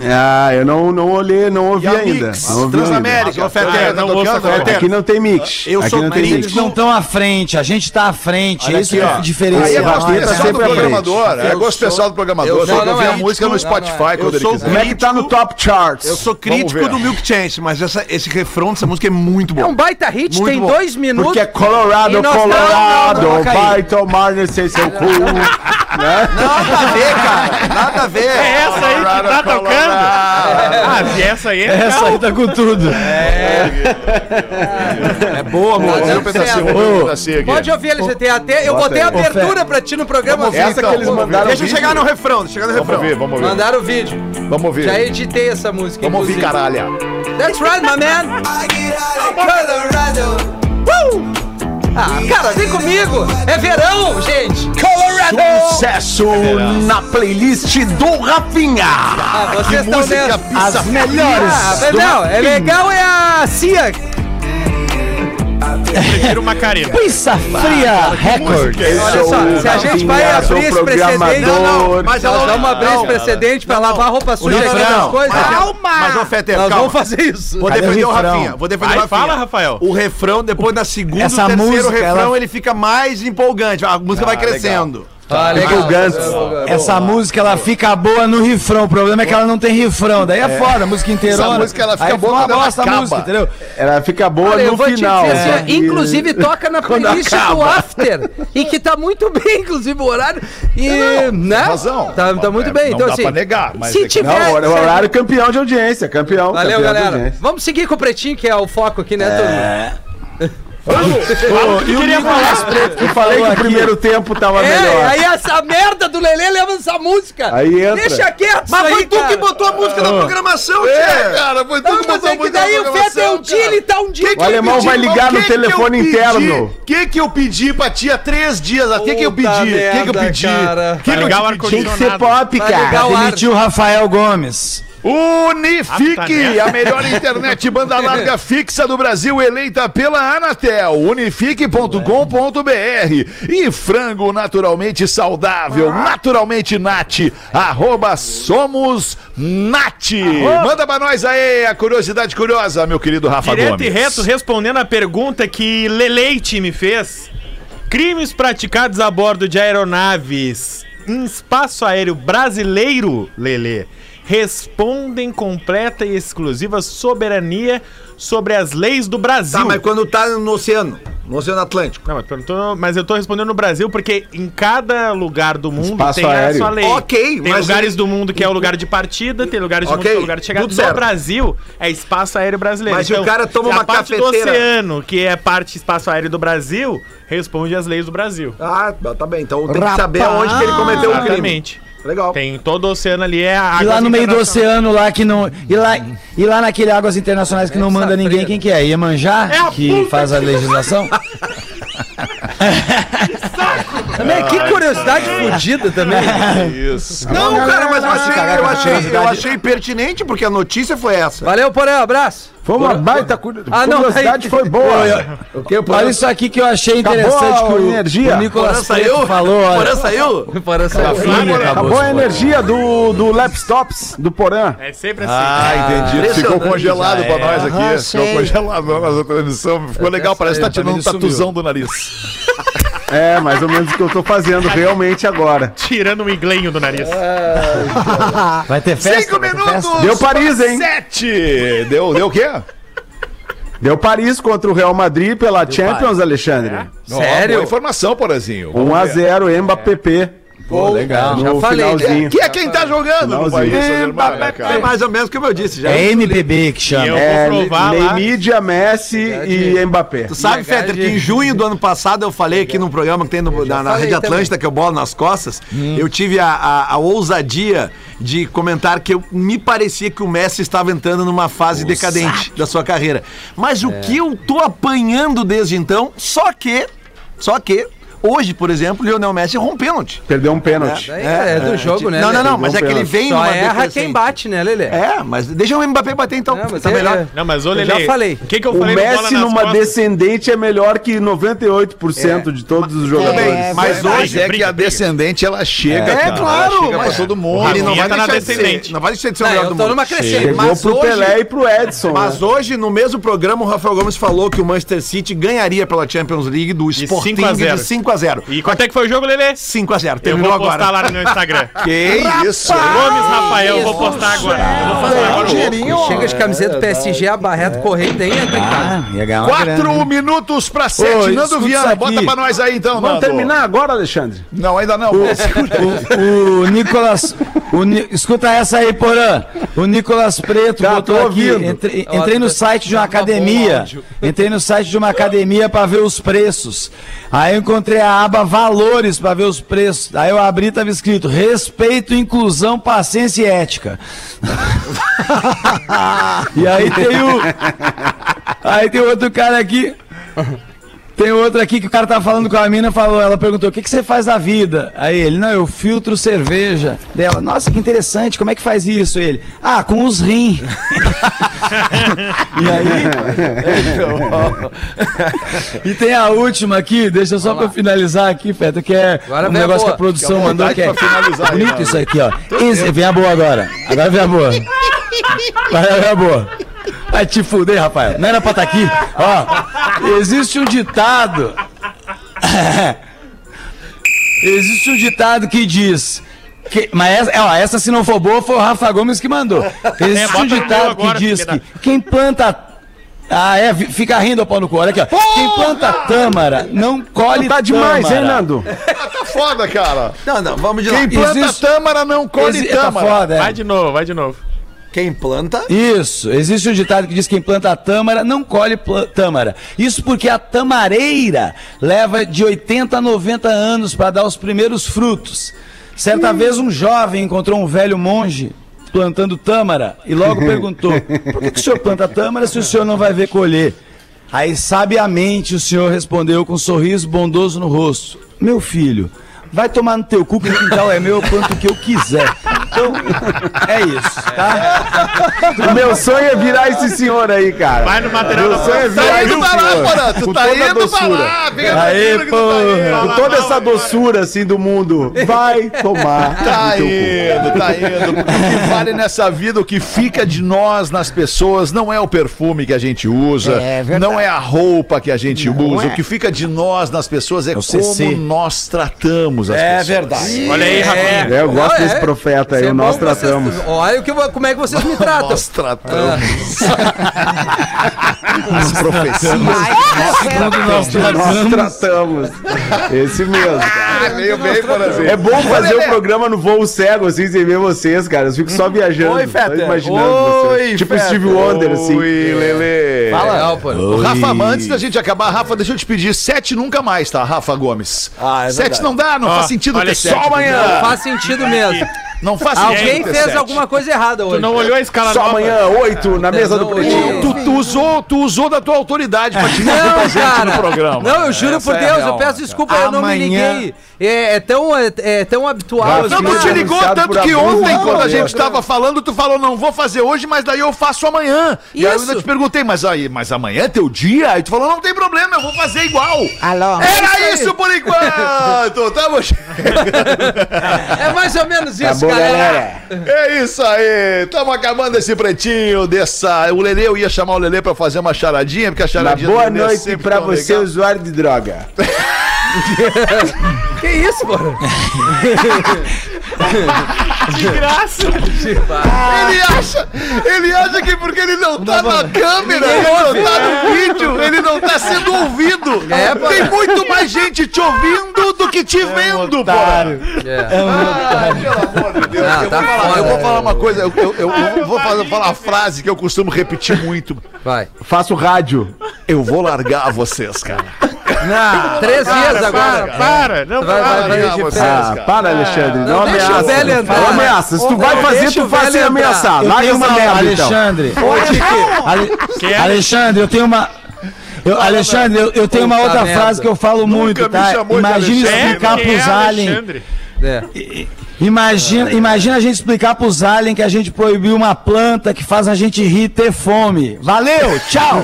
S12: É,
S4: Ah, eu não, não olhei, não ouvi ainda. não ouvi
S2: Transamérica.
S4: ainda.
S2: Ô, Fetter, tá tocando?
S4: É, Aqui
S2: Fetter.
S4: não tem mix.
S5: Eu
S4: aqui
S5: sou
S4: não tem
S5: crítico.
S4: mix.
S6: Eles não estão à frente, a gente tá à frente.
S2: Olha
S6: é isso
S2: aqui,
S6: que
S2: ó.
S6: é diferente.
S2: Aí é
S4: Tá
S2: gosto pessoal do
S4: sempre à frente.
S2: programador. É
S5: Eu
S2: gosto
S5: sou-
S2: pessoal do programador.
S5: eu
S2: Só
S5: sou-
S2: que eu
S5: não
S2: vi a
S5: é
S2: música
S1: crítico,
S2: no
S1: não, não
S2: Spotify
S1: é.
S2: quando ele
S5: sou
S10: [laughs]
S2: quiser.
S4: Como é que tá no top charts?
S10: Eu sou
S2: ver.
S10: crítico do Milk Chance, mas essa- esse refrão dessa música é muito
S1: É
S10: bom.
S1: um baita hit,
S10: Muito
S1: tem
S10: bom.
S1: dois minutos.
S4: Porque é Colorado,
S1: E nós-
S4: Colorado,
S1: Não, não, não, não,
S4: vai tomar nesse seu cu.
S5: Nada a ver, cara. Nada a ver.
S8: É essa aí que tá tocando? Ah, se essa aí é.
S6: Essa aí tá com tudo.
S5: É boa, amor.
S2: Fazer um
S1: Tá
S10: assim,
S2: pedacinho,
S1: certo.
S2: um pedacinho aqui.
S1: Pode ouvir, LGT. Até, eu botei a
S6: Ô,
S1: abertura
S6: Fé.
S1: pra ti no programa.
S2: Vamos
S1: Fê.
S2: ouvir, então, vamos ouvir.
S10: Deixa eu chegar no refrão, deixa eu chegar no
S2: Vamos
S10: refrão.
S2: ver, vamos ver.
S1: Mandaram o vídeo.
S2: Vamos ouvir.
S1: Já é editei essa música.
S2: Vamos ouvir,
S1: inclusive.
S2: caralho.
S1: That's right, my man. Woo! Ah, cara, vem comigo. É verão, gente. Colorado.
S10: Sucesso na playlist do Rafinha.
S1: Ah, vocês estão
S2: música
S1: nessa.
S6: As melhores.
S1: Ah, mas não, é legal é a Cia.
S8: Tira uma careta.
S2: Ah,
S6: Pizza Fria Record.
S1: Olha só, se a gente vai abrir esse precedente...
S4: Não, não,
S10: mas
S1: Nós
S10: ela é
S1: vamos abrir esse precedente pra lavar roupa suja aqui das coisas.
S10: Mas, ô, Fetter,
S1: Nós
S10: calma.
S1: vamos fazer isso.
S10: Vou
S6: Cadê
S10: defender
S6: o
S10: o
S6: refrão?
S10: Rafinha. Vou defender
S8: Vai,
S10: o Rafinha.
S8: fala, Rafael.
S10: O refrão, depois da segunda,
S6: Essa
S10: terceiro
S6: música,
S10: refrão,
S6: ela-
S10: ele fica mais empolgante. A música vai crescendo.
S1: Ah,
S4: Empolgantes.
S6: Essa música ela fica boa no rifrão. O problema é que ela não tem rifrão. Daí é, foda, a música inteirona.
S2: Essa música, ela fica
S6: Aí
S2: boa
S6: uma
S2: quando ela
S6: bosta a
S2: acaba.
S6: música, entendeu?
S4: Ela fica boa
S1: Olha, eu
S4: no
S1: vou
S4: final.
S1: te dizer
S2: É.
S4: né?
S1: assim, ó, inclusive toca
S2: [laughs]
S1: na playlist do After, e que tá muito bem, inclusive, o horário, e, né?
S2: razão.
S1: Tá, tá muito
S2: É,
S1: bem,
S2: não
S1: então
S2: dá
S1: assim,
S2: pra negar, mas é
S1: se
S2: que-
S1: tiver...
S4: Não, o hor- o
S1: se-
S4: horário campeão de audiência,
S2: tá
S4: campeão.
S1: Valeu,
S4: campeão de
S1: galera.
S2: né?
S4: audiência.
S1: Vamos seguir com o Pretinho, que é o foco aqui, né,
S2: é
S1: turma?
S4: Ô, e o Nicolas Preto, que falei que o primeiro tempo tava
S1: É,
S4: melhor.
S1: aí essa merda do Lelê leva essa música.
S4: Aí entra.
S1: Deixa quieto isso
S10: Mas
S1: aí,
S10: foi tu
S1: cara.
S10: que botou a música na
S2: Ah.
S10: programação,
S2: É,
S10: tchê.
S2: cara, foi
S1: Não,
S2: tudo
S1: mas é que daí o Fê tem um dia, ele tá um dia.
S4: O alemão vai ligar no telefone interno.
S2: O que que eu pedi pra ti há três dias? O que que eu pedi?
S1: Puta
S2: O que que
S1: merda,
S2: eu pedi?
S1: cara.
S2: que
S8: Vai
S2: que eu
S8: ligar o
S2: te pedi?
S4: Tem que ser
S8: ar-condicionado.
S4: pop,
S1: Vai
S4: cara.
S1: ligar o ar.
S6: Demitiu o Rafael Gomes.
S8: Ah, tá,
S2: Unifique,
S8: né?
S2: a melhor internet banda
S8: [laughs]
S2: larga fixa do Brasil, eleita pela Anatel, unifique.com.br e frango naturalmente saudável,
S8: Ah.
S2: naturalmente nat, arroba somos nat. Manda pra nós aí a curiosidade curiosa, meu querido Rafa
S8: Direto
S2: Gomes.
S8: e reto, respondendo a pergunta que Leleite me fez. Crimes praticados a bordo de aeronaves em espaço aéreo brasileiro, Lele, respondem completa e exclusiva soberania sobre as leis do Brasil.
S10: Tá, mas quando tá no oceano, no oceano Atlântico.
S8: Não, mas, perguntou, mas eu tô respondendo no Brasil porque em cada lugar do mundo
S4: Espaço
S8: tem a
S4: aéreo.
S8: sua lei.
S10: Ok,
S8: tem
S10: mas-
S8: lugares do mundo que é o lugar de partida, tem lugares do
S10: Ok,
S8: mundo que é o lugar de chegada.
S10: tudo
S8: No
S10: certo.
S8: Brasil é espaço aéreo brasileiro. Então,
S10: Mas se o cara toma
S8: se a
S10: uma
S8: parte do
S10: cafeteira-
S8: oceano, que é parte espaço aéreo do Brasil, responde às leis do Brasil.
S10: Ah, tá bem. Então tem que saber onde que ele cometeu o crime.
S8: Exatamente.
S10: Legal.
S8: Tem todo o oceano ali é água.
S6: E lá no meio do oceano, lá que não. E lá, e lá naquele Águas Internacionais que não manda ninguém, quem que é? Iemanjá, que faz a legislação? [laughs]
S1: Também, que curiosidade fodida também.
S2: [laughs] Isso.
S10: Não, cara, mas eu achei, eu achei, eu
S6: curiosidade.
S10: achei pertinente porque a notícia foi essa.
S1: Valeu, Porã, abraço.
S4: Foi uma baita curi-
S1: Ah, não,
S4: curiosidade,
S1: aí- [laughs]
S4: foi boa.
S6: Olha isso aqui que eu achei
S4: Acabou
S6: interessante
S4: a
S6: que o,
S4: energia.
S6: o Nicolas Preto falou,
S10: Porã
S6: olha.
S10: saiu?
S1: Porã saiu.
S4: Acabou a energia do, do Lapstops, do Porã.
S8: É sempre assim.
S2: Ah, entendi. ficou
S10: impressionante.
S2: congelado pra nós aqui.
S7: Aham,
S2: ficou
S7: sei.
S2: congelado pra nós a transmissão. Ficou legal, parece que tá tirando um
S6: Ele sumiu.
S2: tatuzão do nariz.
S4: É, mais ou menos o que eu tô fazendo realmente agora.
S8: Tirando um iglenho do nariz.
S10: É,
S6: Vai ter festa?
S2: Cinco
S6: vai ter
S2: minutos!
S6: festa?
S4: Deu Paris, hein?
S2: Sete! Deu, deu o quê?
S4: Deu Paris contra o Real Madrid pela Champions, Alexandre.
S1: Sério?
S2: Ó, boa informação, Porazinho.
S4: 1x0, Mbappé. Pô, legal. No
S1: Já falei,
S4: finalzinho.
S2: Que é quem tá jogando no país, Saint-Germain, né,
S10: É
S2: cara?
S10: mais ou menos como eu disse já.
S6: É MBB que
S8: E
S6: chama.
S8: eu
S12: né,
S4: É,
S8: vou provar lá.
S4: Neymídia, Messi e Mbappé.
S10: Tu sabe, Fetter, que em junho do ano passado eu falei aqui num programa que tem no- na, na
S1: falei Hum.
S10: Rede Atlântida, que eu bolo nas costas, eu tive a, a- a ousadia de comentar que eu, me parecia que o Messi estava entrando numa fase decadente da sua
S1: É.
S10: carreira. Mas o que eu tô apanhando desde então, só que, só que, Hoje, por exemplo, o Lionel Messi errou um pênalti.
S11: Perdeu um pênalti.
S1: Daí é do jogo, né,
S10: Não, não,
S1: Lelê?
S10: não, mas é que ele vem
S1: Só erra
S10: decrescente.
S7: assim.
S1: quem bate, né, Lelê?
S10: É, mas deixa o Mbappé bater então,
S1: Não, mas
S10: tá
S1: é-
S10: melhor.
S8: Não, mas ô
S1: Eu
S8: Lele,
S1: já falei.
S8: O que, que eu
S11: O
S8: falei no Bola
S11: Messi
S8: nas
S11: numa
S8: Costas?
S11: descendente é melhor que 98% de todos os jogadores.
S7: É,
S2: Mas
S8: verdade.
S2: hoje é que
S8: Briga,
S2: a
S8: briga.
S2: descendente ela chega.
S10: É,
S2: cara.
S10: claro,
S2: Ela chega
S10: mas-
S2: pra todo
S10: Porra,
S2: mundo.
S10: Ele não vai
S8: Rafinha tá na
S10: deixar de ser,
S8: descendente.
S10: não vai deixar de ser o
S1: Não,
S10: melhor
S1: eu
S10: do
S1: tô
S10: mundo.
S1: numa crescente.
S11: Chegou pro Pelé e pro Edson.
S10: Mas
S11: né?
S10: hoje, no mesmo programa, o Rafael Gomes falou que o Manchester City ganharia pela Champions League do Sporting
S8: 5 a 0.
S10: de 5 a 0.
S8: E quanto é que foi o jogo, Lelê?
S10: 5 a 0.
S8: Eu
S10: Terminou
S8: vou postar
S10: agora.
S8: lá no meu
S10: [laughs]
S8: Instagram.
S10: Que isso?
S8: Gomes Rafael, eu vou postar agora. Eu vou fazer agora o
S1: Chega de camiseta do PSG, a Barreto correndo dentro, entra em casa.
S6: Ah, ia ganhar uma
S2: Quatro
S6: grana.
S2: minutos pra sete.
S6: Ô,
S2: Nando
S6: escuta
S2: Viana,
S6: isso
S2: bota
S6: aqui.
S2: pra nós aí então,
S11: Vamos
S2: Nando.
S11: terminar agora, Alexandre?
S2: Não, ainda não.
S6: O Nicolas. o Ni- escuta essa aí, Porã. O Nicolas Preto
S11: Tá,
S6: botou
S11: tô
S6: aqui.
S11: ouvindo. tá
S6: entre- entrei no site de uma academia. Entrei no site de uma academia para ver os preços. Aí eu encontrei a aba Valores para ver os preços. Aí eu abri e tava escrito Respeito, Inclusão, Paciência e Ética. [laughs] e aí tem o. Aí tem outro cara aqui. Tem outro aqui que o cara tava falando com a mina, falou, ela perguntou, o que, que você faz da vida? Aí ele, não, eu filtro cerveja. Dela, nossa, que interessante, como é que faz isso? Ele, ah, com os rins. [laughs] e [laughs] aí... e tem a última aqui, deixa só pra finalizar aqui, Feta, que é
S1: Agora
S6: um
S1: vem a
S6: negócio que
S1: boa.
S6: a produção mandou, que é bonito isso aqui, ó. Esse- Vem a boa agora. Agora vem a boa. Agora vem a boa. Vai te fuder, Rafael. Não era pra estar aqui. Ó, existe um ditado [laughs] Existe um ditado que diz. que- mas essa, é, ó, essa, se não for boa, foi o Rafa Gomes que mandou. Existe
S8: É, bota
S6: um
S8: o meu
S6: ditado
S8: agora,
S6: que diz
S8: filha
S6: que quem planta. Ah, é, vi- fica rindo, ó, pau no cu. Olha aqui, ó. Quem planta tâmara não colhe
S11: Tá demais, hein,
S6: tâmara.
S11: Nando?
S2: Tá foda, cara.
S10: Não, não, vamos de lá.
S2: Quem planta
S6: Existe-
S2: tâmara não colhe
S6: Exi- tá
S2: tâmara.
S6: foda, é.
S8: Vai de novo, vai de novo.
S10: Quem planta
S6: Isso, existe um ditado que diz que quem planta a tâmara não colhe pla- tâmara. Isso porque a tamareira leva de 80 a 90 anos para dar os primeiros frutos. Certa vez um jovem encontrou um velho monge plantando tâmara e logo perguntou: "Por que, que o senhor planta tâmara se o senhor não vai ver colher?" Aí sabiamente o senhor respondeu com um sorriso bondoso no rosto: "Meu filho, vai tomar no teu cu que o quintal é meu, eu planto o que eu quiser." Então, é isso, tá?
S11: O meu sonho é virar esse senhor aí, cara.
S8: Vai no material da
S2: Tá
S11: sonho é virar esse senhor.
S2: Porã. Tu
S11: Com
S2: tá
S11: toda a
S2: indo pra
S11: doçura.
S2: lá. Vem
S6: Aê,
S2: tranquilo que tu tá indo.
S11: Com toda essa doçura, assim, do mundo. Vai tomar.
S2: Tá
S11: no teu cu.
S2: indo, tá indo. Porque O que vale nessa vida, o que fica de nós nas pessoas, não é o perfume que a gente usa,
S7: É verdade.
S2: não é a roupa que a gente usa.
S7: é.
S2: O que fica de nós nas pessoas é
S6: o
S2: como
S6: CC.
S2: nós tratamos as pessoas.
S6: verdade.
S8: Olha aí, Rafinha.
S11: É, eu gosto desse
S1: é.
S11: profeta aí,
S1: Isso é
S11: nós
S1: bom que vocês-
S11: tratamos.
S1: [laughs] Olha o que, eu- como é que vocês me tratam.
S11: [laughs]
S2: Nós tratamos. As profecias.
S6: Tá
S11: Nós tratamos. Esse mesmo. cara.
S2: Ah, meio bem, Porazinho.
S11: É bom fazer o programa no voo cego, assim, sem ver vocês, cara. Eu fico só viajando.
S10: Oi,
S11: só
S10: Feta.
S11: imaginando
S10: Oi,
S11: vocês. Tipo
S10: Feta.
S11: Steve Wonder, assim.
S2: Oi, Lele.
S1: Fala, Legal, pô.
S2: Ô, Rafa, mas antes da gente acabar, Rafa, deixa eu te pedir sete nunca mais, tá, Rafa Gomes?
S10: Ah, é
S2: sete
S10: verdade.
S2: não dá, não
S8: Ó,
S2: faz sentido
S8: olha
S2: ter
S8: esse
S2: sete.
S8: aqui.
S2: Só amanhã.
S1: Não faz sentido mesmo.
S2: Não faz
S1: Alguém
S2: sentido ter
S1: fez
S2: sete.
S1: alguma coisa errada hoje.
S8: Tu não olhou a escala
S11: Só
S8: nova?
S11: amanhã, oito, na mesa do
S1: não,
S11: Pretinho.
S1: hoje-
S2: Tu, tu usou, tu usou da tua autoridade pra te fazer
S1: Não,
S2: presente
S1: cara.
S2: no programa.
S1: Não, eu juro por
S10: é a
S1: Deus,
S10: real,
S1: eu peço
S10: cara.
S1: desculpa, eu não me
S10: Amanhã-
S1: liguei. É, é tão, é, é tão habitual.
S11: Rafa,
S1: assim,
S2: Não, tu
S1: cara.
S2: te ligou
S11: Anunciado
S2: tanto
S11: por
S2: que
S11: abuso,
S2: ontem,
S11: não,
S2: quando a
S11: não.
S2: gente tava falando, tu falou, não vou fazer hoje, mas daí eu faço amanhã. E aí eu
S1: Isso.
S2: ainda te perguntei, mas aí, mas amanhã é teu dia? Aí tu falou, não tem problema, eu vou fazer igual.
S7: Alô.
S2: Era isso [laughs] por enquanto, tamo
S1: É mais ou menos isso,
S11: bom,
S1: galera.
S11: galera.
S2: É isso aí, estamos acabando esse pretinho dessa. O Lelê, eu ia chamar o Lelê pra fazer uma charadinha, porque a
S11: Uma
S2: charadinha
S11: boa
S2: do Lelê é
S11: noite
S2: sempre
S11: pra
S2: tão
S11: você,
S2: legal.
S11: usuário de droga.
S1: Que isso, mano?
S8: Que graça!
S2: Ele acha, ele acha que porque ele não tá na câmera, ele não tá no vídeo, ele não tá sendo ouvido.
S1: É,
S2: Tem muito mais gente te ouvindo do que te vendo,
S11: É, otário.
S2: pô.
S1: É,
S2: Ai, pelo amor de Deus.
S1: Não,
S2: eu,
S1: tá
S2: vou falar,
S1: foda,
S2: eu vou falar uma
S1: velho.
S2: coisa, eu, eu- Ah, eu vou fazer, falar uma frase que eu costumo repetir muito.
S1: Vai.
S11: Faço rádio.
S2: Eu vou largar vocês, cara.
S1: Três vezes
S8: Para,
S1: agora.
S8: para, para! Não,
S1: Vai,
S8: para!
S1: vai, vai.
S2: Largar
S1: de
S2: vocês,
S1: pé.
S11: Ah,
S2: cara.
S11: para, Alexandre. Não,
S1: não deixa o
S11: ameaça.
S1: velho entrar.
S11: Não ameaça. Se tu
S1: Ô,
S11: vai
S1: não
S11: fazer,
S1: deixa
S11: tu
S1: o
S11: faz
S1: velho
S11: sem
S1: entrar.
S11: ameaçar.
S6: Eu
S11: Larga
S6: tenho
S11: uma
S6: uma-
S11: merda, então.
S6: Alexandre. Ale-
S8: Quero.
S6: Alexandre, eu tenho uma. Eu- Alexandre, eu, eu tenho uma
S1: Puta
S6: outra
S1: merda.
S6: frase que eu falo muito,
S2: me
S6: tá?
S2: chamou de
S6: Imagina
S2: Alexandre,
S6: explicar
S8: Quem é
S6: pros aliens.
S8: Alexandre?
S6: Imagina, imagina a gente explicar pros aliens que a gente proibiu uma planta que faz a gente rir e ter fome. Valeu, tchau!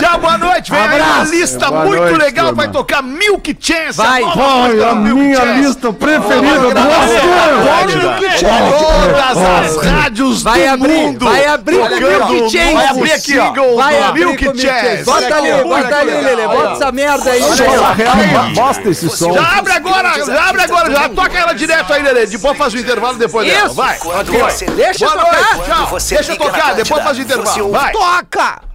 S2: Tchau, boa noite. Vem aí uma
S6: Abraço.
S2: lista
S11: Boa
S2: muito
S11: noite,
S2: legal.
S11: turma.
S2: Vai tocar Milk Chance.
S1: Vai.
S2: nova
S4: Ai,
S2: música
S4: a
S2: do Milk
S4: minha
S2: Chance.
S4: lista preferida do
S2: Todas
S4: Oscar!
S2: as rádios
S1: Vai
S2: do
S1: abrir,
S2: mundo.
S1: vai abrir com
S2: tocando
S1: Milk Chance.
S2: Vai abrir aqui, ó.
S1: Vai abrir
S2: Milk
S1: com Milk
S2: Chance.
S1: Chance. Bota ali, bota ali, Lelê. Bota essa merda aí.
S4: Bosta esse som!
S2: Já abre agora, já abre
S13: tá
S2: agora, já toca ela direto aí, Lelê. Depois faz o intervalo depois dela.
S1: Isso.
S2: Vai.
S13: Quando
S2: Vai.
S13: você-
S1: Deixa
S2: Boa
S1: tocar.
S2: noite,
S13: Quando
S2: tchau.
S13: você
S2: Deixa
S13: liga na
S2: tocar, depois
S13: Atlântida,
S2: faz o
S13: você
S2: intervalo.
S13: ouve-
S2: Vai.
S7: Toca!